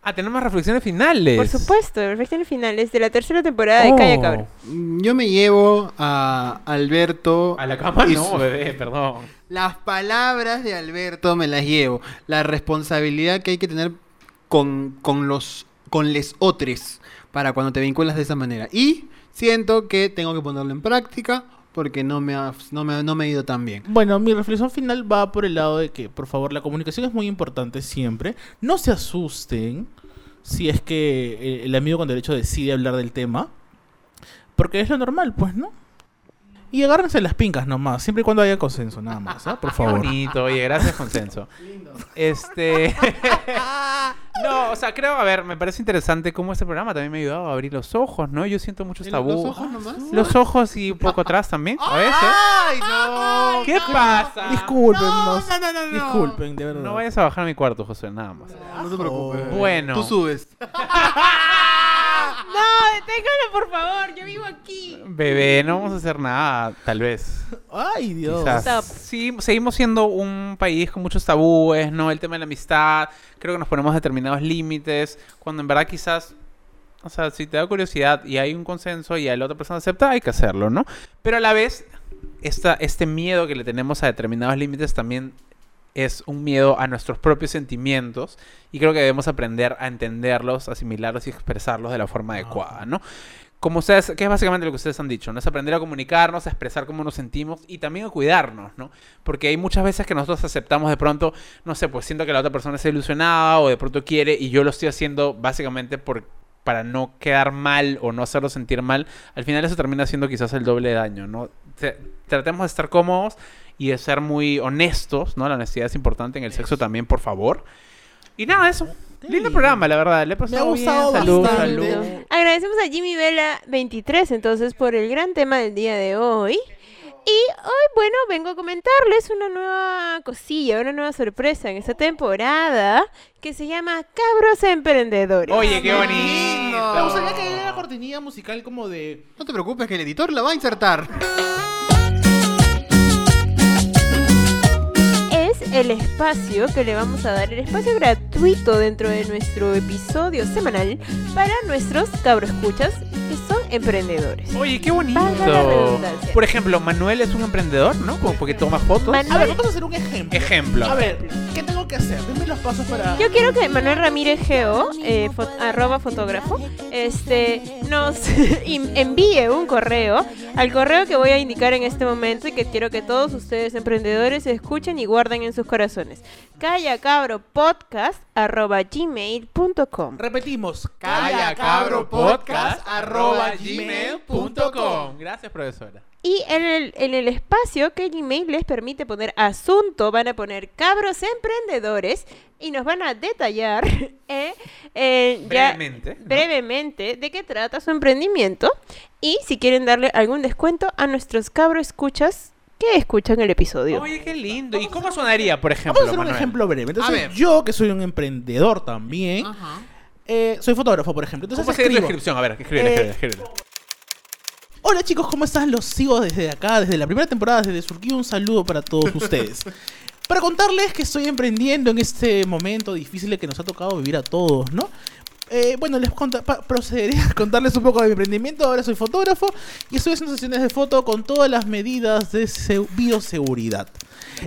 Speaker 2: Ah, tenemos reflexiones finales.
Speaker 4: Por supuesto, reflexiones finales de la tercera temporada de
Speaker 2: Oh.
Speaker 4: Calla Cabro.
Speaker 1: Mm, Yo me llevo a Alberto.
Speaker 2: A la cama
Speaker 1: y
Speaker 2: no,
Speaker 1: su-
Speaker 2: bebé, perdón.
Speaker 1: Las palabras de Alberto me las llevo. La responsabilidad que hay que tener con, con los con les otros para cuando te vinculas de esa manera. Y siento que tengo que ponerlo en práctica porque no me ha, no me, no me ha ido tan bien.
Speaker 3: Bueno, mi reflexión final va por el lado de que, por favor, la comunicación es muy importante siempre. No se asusten si es que eh, el amigo con derecho decide hablar del tema. Porque es lo normal, pues, ¿no? Y agárrense las pincas nomás, siempre y cuando haya consenso, nada más, ¿ah? Por
Speaker 2: Qué
Speaker 3: favor.
Speaker 2: bonito, oye, gracias, consenso. Este. no, o sea, creo, a ver, me parece interesante cómo este programa también me ha ayudado a abrir los ojos, ¿no? Yo siento muchos tabúes.
Speaker 1: ¿Los ojos nomás?
Speaker 2: Los ojos y un poco atrás también, a veces.
Speaker 1: ¡Ay, no!
Speaker 2: ¿Qué pasa?
Speaker 3: Disculpen,
Speaker 1: No,
Speaker 3: nos-
Speaker 1: no, no, no, no.
Speaker 3: disculpen, de verdad.
Speaker 2: No vayas a bajar a mi cuarto, José, nada más.
Speaker 1: No te preocupes.
Speaker 2: Bueno.
Speaker 1: Tú subes.
Speaker 4: No, deténganlo, por favor, yo vivo aquí.
Speaker 2: Bebé, no vamos a hacer nada, tal vez.
Speaker 3: Ay, Dios.
Speaker 2: Quizás.
Speaker 4: Stop.
Speaker 2: Sí, seguimos siendo un país con muchos tabúes, ¿no? El tema de la amistad, creo que nos ponemos determinados límites, cuando en verdad quizás, o sea, si te da curiosidad y hay un consenso y la otra persona acepta, hay que hacerlo, ¿no? Pero a la vez, esta, este miedo que le tenemos a determinados límites también es un miedo a nuestros propios sentimientos y creo que debemos aprender a entenderlos, asimilarlos y expresarlos de la forma adecuada, ¿no? Como ustedes, que es básicamente lo que ustedes han dicho, ¿no? Es aprender a comunicarnos, a expresar cómo nos sentimos y también a cuidarnos, ¿no? Porque hay muchas veces que nosotros aceptamos de pronto, no sé, pues siento que la otra persona está ilusionada o de pronto quiere y yo lo estoy haciendo básicamente por, para no quedar mal o no hacerlo sentir mal. Al final eso termina siendo quizás el doble daño, ¿no? Te- tratemos de estar cómodos y de ser muy honestos, ¿no? La honestidad es importante en el sexo también, por favor. Y nada, eso. Lindo
Speaker 3: lindo.
Speaker 2: programa, la verdad. Le he pasado bien.
Speaker 3: gustado
Speaker 2: Salud,
Speaker 3: bastante.
Speaker 2: salud.
Speaker 4: Agradecemos a Jimmy Vela 23 entonces por el gran tema del día de hoy. Y hoy, bueno, vengo a comentarles una nueva cosilla, una nueva sorpresa en esta temporada que se llama Cabros Emprendedores.
Speaker 2: Oye, qué
Speaker 1: Lindo.
Speaker 2: bonito.
Speaker 3: Me gustaría que diera la cortinilla musical como de...
Speaker 1: No te preocupes que el editor la va a insertar.
Speaker 4: es el espacio que le vamos a dar, el espacio gratuito dentro de nuestro episodio semanal para nuestros cabros escuchas que son emprendedores.
Speaker 2: Oye, qué
Speaker 4: Valga la
Speaker 2: bonito.
Speaker 4: redundancia.
Speaker 2: Por ejemplo, Manuel es un emprendedor, ¿no? Como porque toma fotos.
Speaker 4: Manuel-
Speaker 3: A ver, vamos a hacer un ejemplo.
Speaker 2: Ejemplo.
Speaker 3: A ver, ¿qué tengo que hacer? Dime los pasos para...
Speaker 4: Yo quiero que Manuel Ramírez Geo, eh, fo- arroba fotógrafo, este, nos in- envíe un correo al correo que voy a indicar en este momento y que quiero que todos ustedes emprendedores escuchen y guarden en sus corazones. Calla cabro podcast arroba gmail.com.
Speaker 3: Repetimos.
Speaker 2: callacabropodcast@gmail.com. Gracias, profesora.
Speaker 4: Y en el, en el espacio que Gmail les permite poner asunto, van a poner cabros emprendedores y nos van a detallar eh, eh, ya-
Speaker 2: Brevemente. ¿no?
Speaker 4: brevemente de qué trata su emprendimiento y si quieren darle algún descuento a nuestros cabros escuchas que escuchan el episodio.
Speaker 2: Oye, qué lindo. ¿Y cómo sonaría, por ejemplo?
Speaker 3: Vamos a hacer un
Speaker 2: Manuel?
Speaker 3: ejemplo breve. Entonces,
Speaker 1: A ver. Ah.
Speaker 3: yo que soy un emprendedor también,
Speaker 1: Ajá.
Speaker 3: eh, soy fotógrafo, por ejemplo. Entonces
Speaker 2: ¿Cómo sería tu
Speaker 3: escribo,
Speaker 2: descripción? A ver, escríbelo,
Speaker 3: Eh,
Speaker 2: escríbelo, escríbelo.
Speaker 3: Hola chicos, ¿cómo están? Los sigo desde acá, desde la primera temporada, desde Surquío. Un saludo para todos ustedes. Para contarles que estoy emprendiendo en este momento difícil que nos ha tocado vivir a todos, ¿no? Eh, bueno, les conta- pa- procederé a contarles un poco de mi emprendimiento. Ahora soy fotógrafo y estoy haciendo sesiones de foto con todas las medidas de seu- bioseguridad.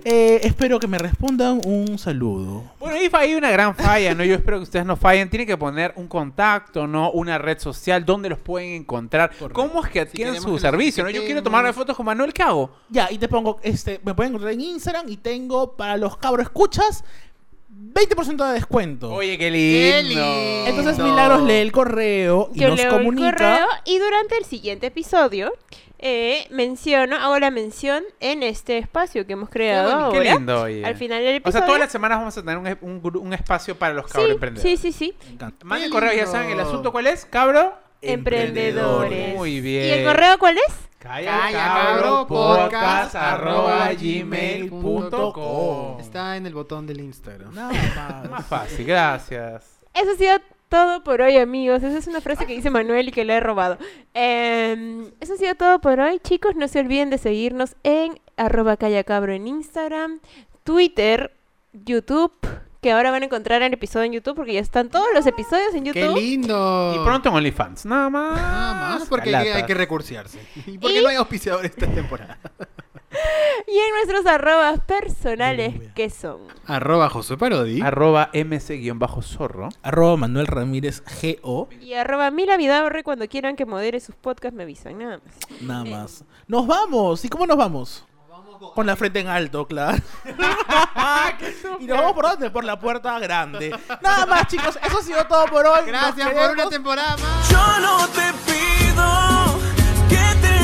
Speaker 3: Eh, espero que me respondan un saludo.
Speaker 2: Bueno, ahí fa- hay una gran falla, ¿no? Yo espero que ustedes no fallen. Tienen que poner un contacto, ¿no? Una red social, donde los pueden encontrar? ¿Cómo es que adquieren
Speaker 1: queremos que
Speaker 2: su
Speaker 1: los
Speaker 2: servicio, no? Yo quiero tomarme
Speaker 1: etiquetemos.
Speaker 2: fotos con Manuel, ¿qué hago?
Speaker 3: Ya, y te pongo, este, me pueden encontrar en Instagram y tengo para los cabros escuchas 20% de descuento.
Speaker 2: Oye, qué lindo.
Speaker 1: lindo.
Speaker 3: Entonces Milagros lee el correo y
Speaker 4: Yo
Speaker 3: nos
Speaker 4: leo
Speaker 3: comunica.
Speaker 4: el correo y durante el siguiente episodio eh, menciono, hago la mención en este espacio que hemos creado
Speaker 2: Qué
Speaker 4: ahora.
Speaker 2: lindo, oye.
Speaker 4: Al final del
Speaker 2: O
Speaker 4: episodio.
Speaker 2: sea, todas las semanas vamos a tener un, un gru- un espacio para los cabros
Speaker 4: Sí, sí,
Speaker 2: emprendedores.
Speaker 4: sí, sí.
Speaker 3: Me encanta.
Speaker 2: Manden
Speaker 1: Qué
Speaker 2: correos, ya
Speaker 1: lindo.
Speaker 2: saben el asunto cuál es, cabro.
Speaker 4: Emprendedores.
Speaker 2: Muy bien.
Speaker 4: ¿Y el correo cuál es?
Speaker 2: Calla,
Speaker 1: cabro,
Speaker 2: cabro, podcast,
Speaker 1: podcast,
Speaker 2: arroba,
Speaker 1: arroba,
Speaker 2: gmail, punto com.
Speaker 1: Está en el botón del Instagram.
Speaker 3: Nada
Speaker 2: Más
Speaker 3: más.
Speaker 2: fácil, gracias.
Speaker 4: Eso ha sido todo por hoy, amigos. Esa es una frase que dice Manuel y que le he robado. Em, eso ha sido todo por hoy, chicos. No se olviden de seguirnos en arroba callacabro en Instagram, Twitter, YouTube, que ahora van a encontrar el episodio en YouTube porque ya están todos los episodios en
Speaker 1: ¡Qué
Speaker 4: YouTube.
Speaker 1: lindo!
Speaker 2: Y pronto Ah, en OnlyFans, nada más.
Speaker 1: Nada más porque hay,
Speaker 2: Calata.
Speaker 1: que- hay que recursearse. ¿Y por qué
Speaker 4: Y-
Speaker 1: no hay auspiciadores esta temporada?
Speaker 4: Y en nuestros arrobas personales que son.
Speaker 1: Arroba José Parodi.
Speaker 2: Arroba mc-zorro.
Speaker 3: Arroba Manuel Ramírez GO.
Speaker 4: Y arroba Mila Vidaurre cuando quieran que modere sus podcasts me avisan, nada más.
Speaker 3: Nada más. ¡Nos vamos! ¿Y cómo nos vamos? Con la frente en alto, claro. ¿Y nos vamos por dónde? Por la puerta grande. Nada más, chicos. Eso ha sido todo por hoy. Nos
Speaker 1: Gracias por
Speaker 3: queremos.
Speaker 1: una temporada más.
Speaker 6: Yo no te pido que te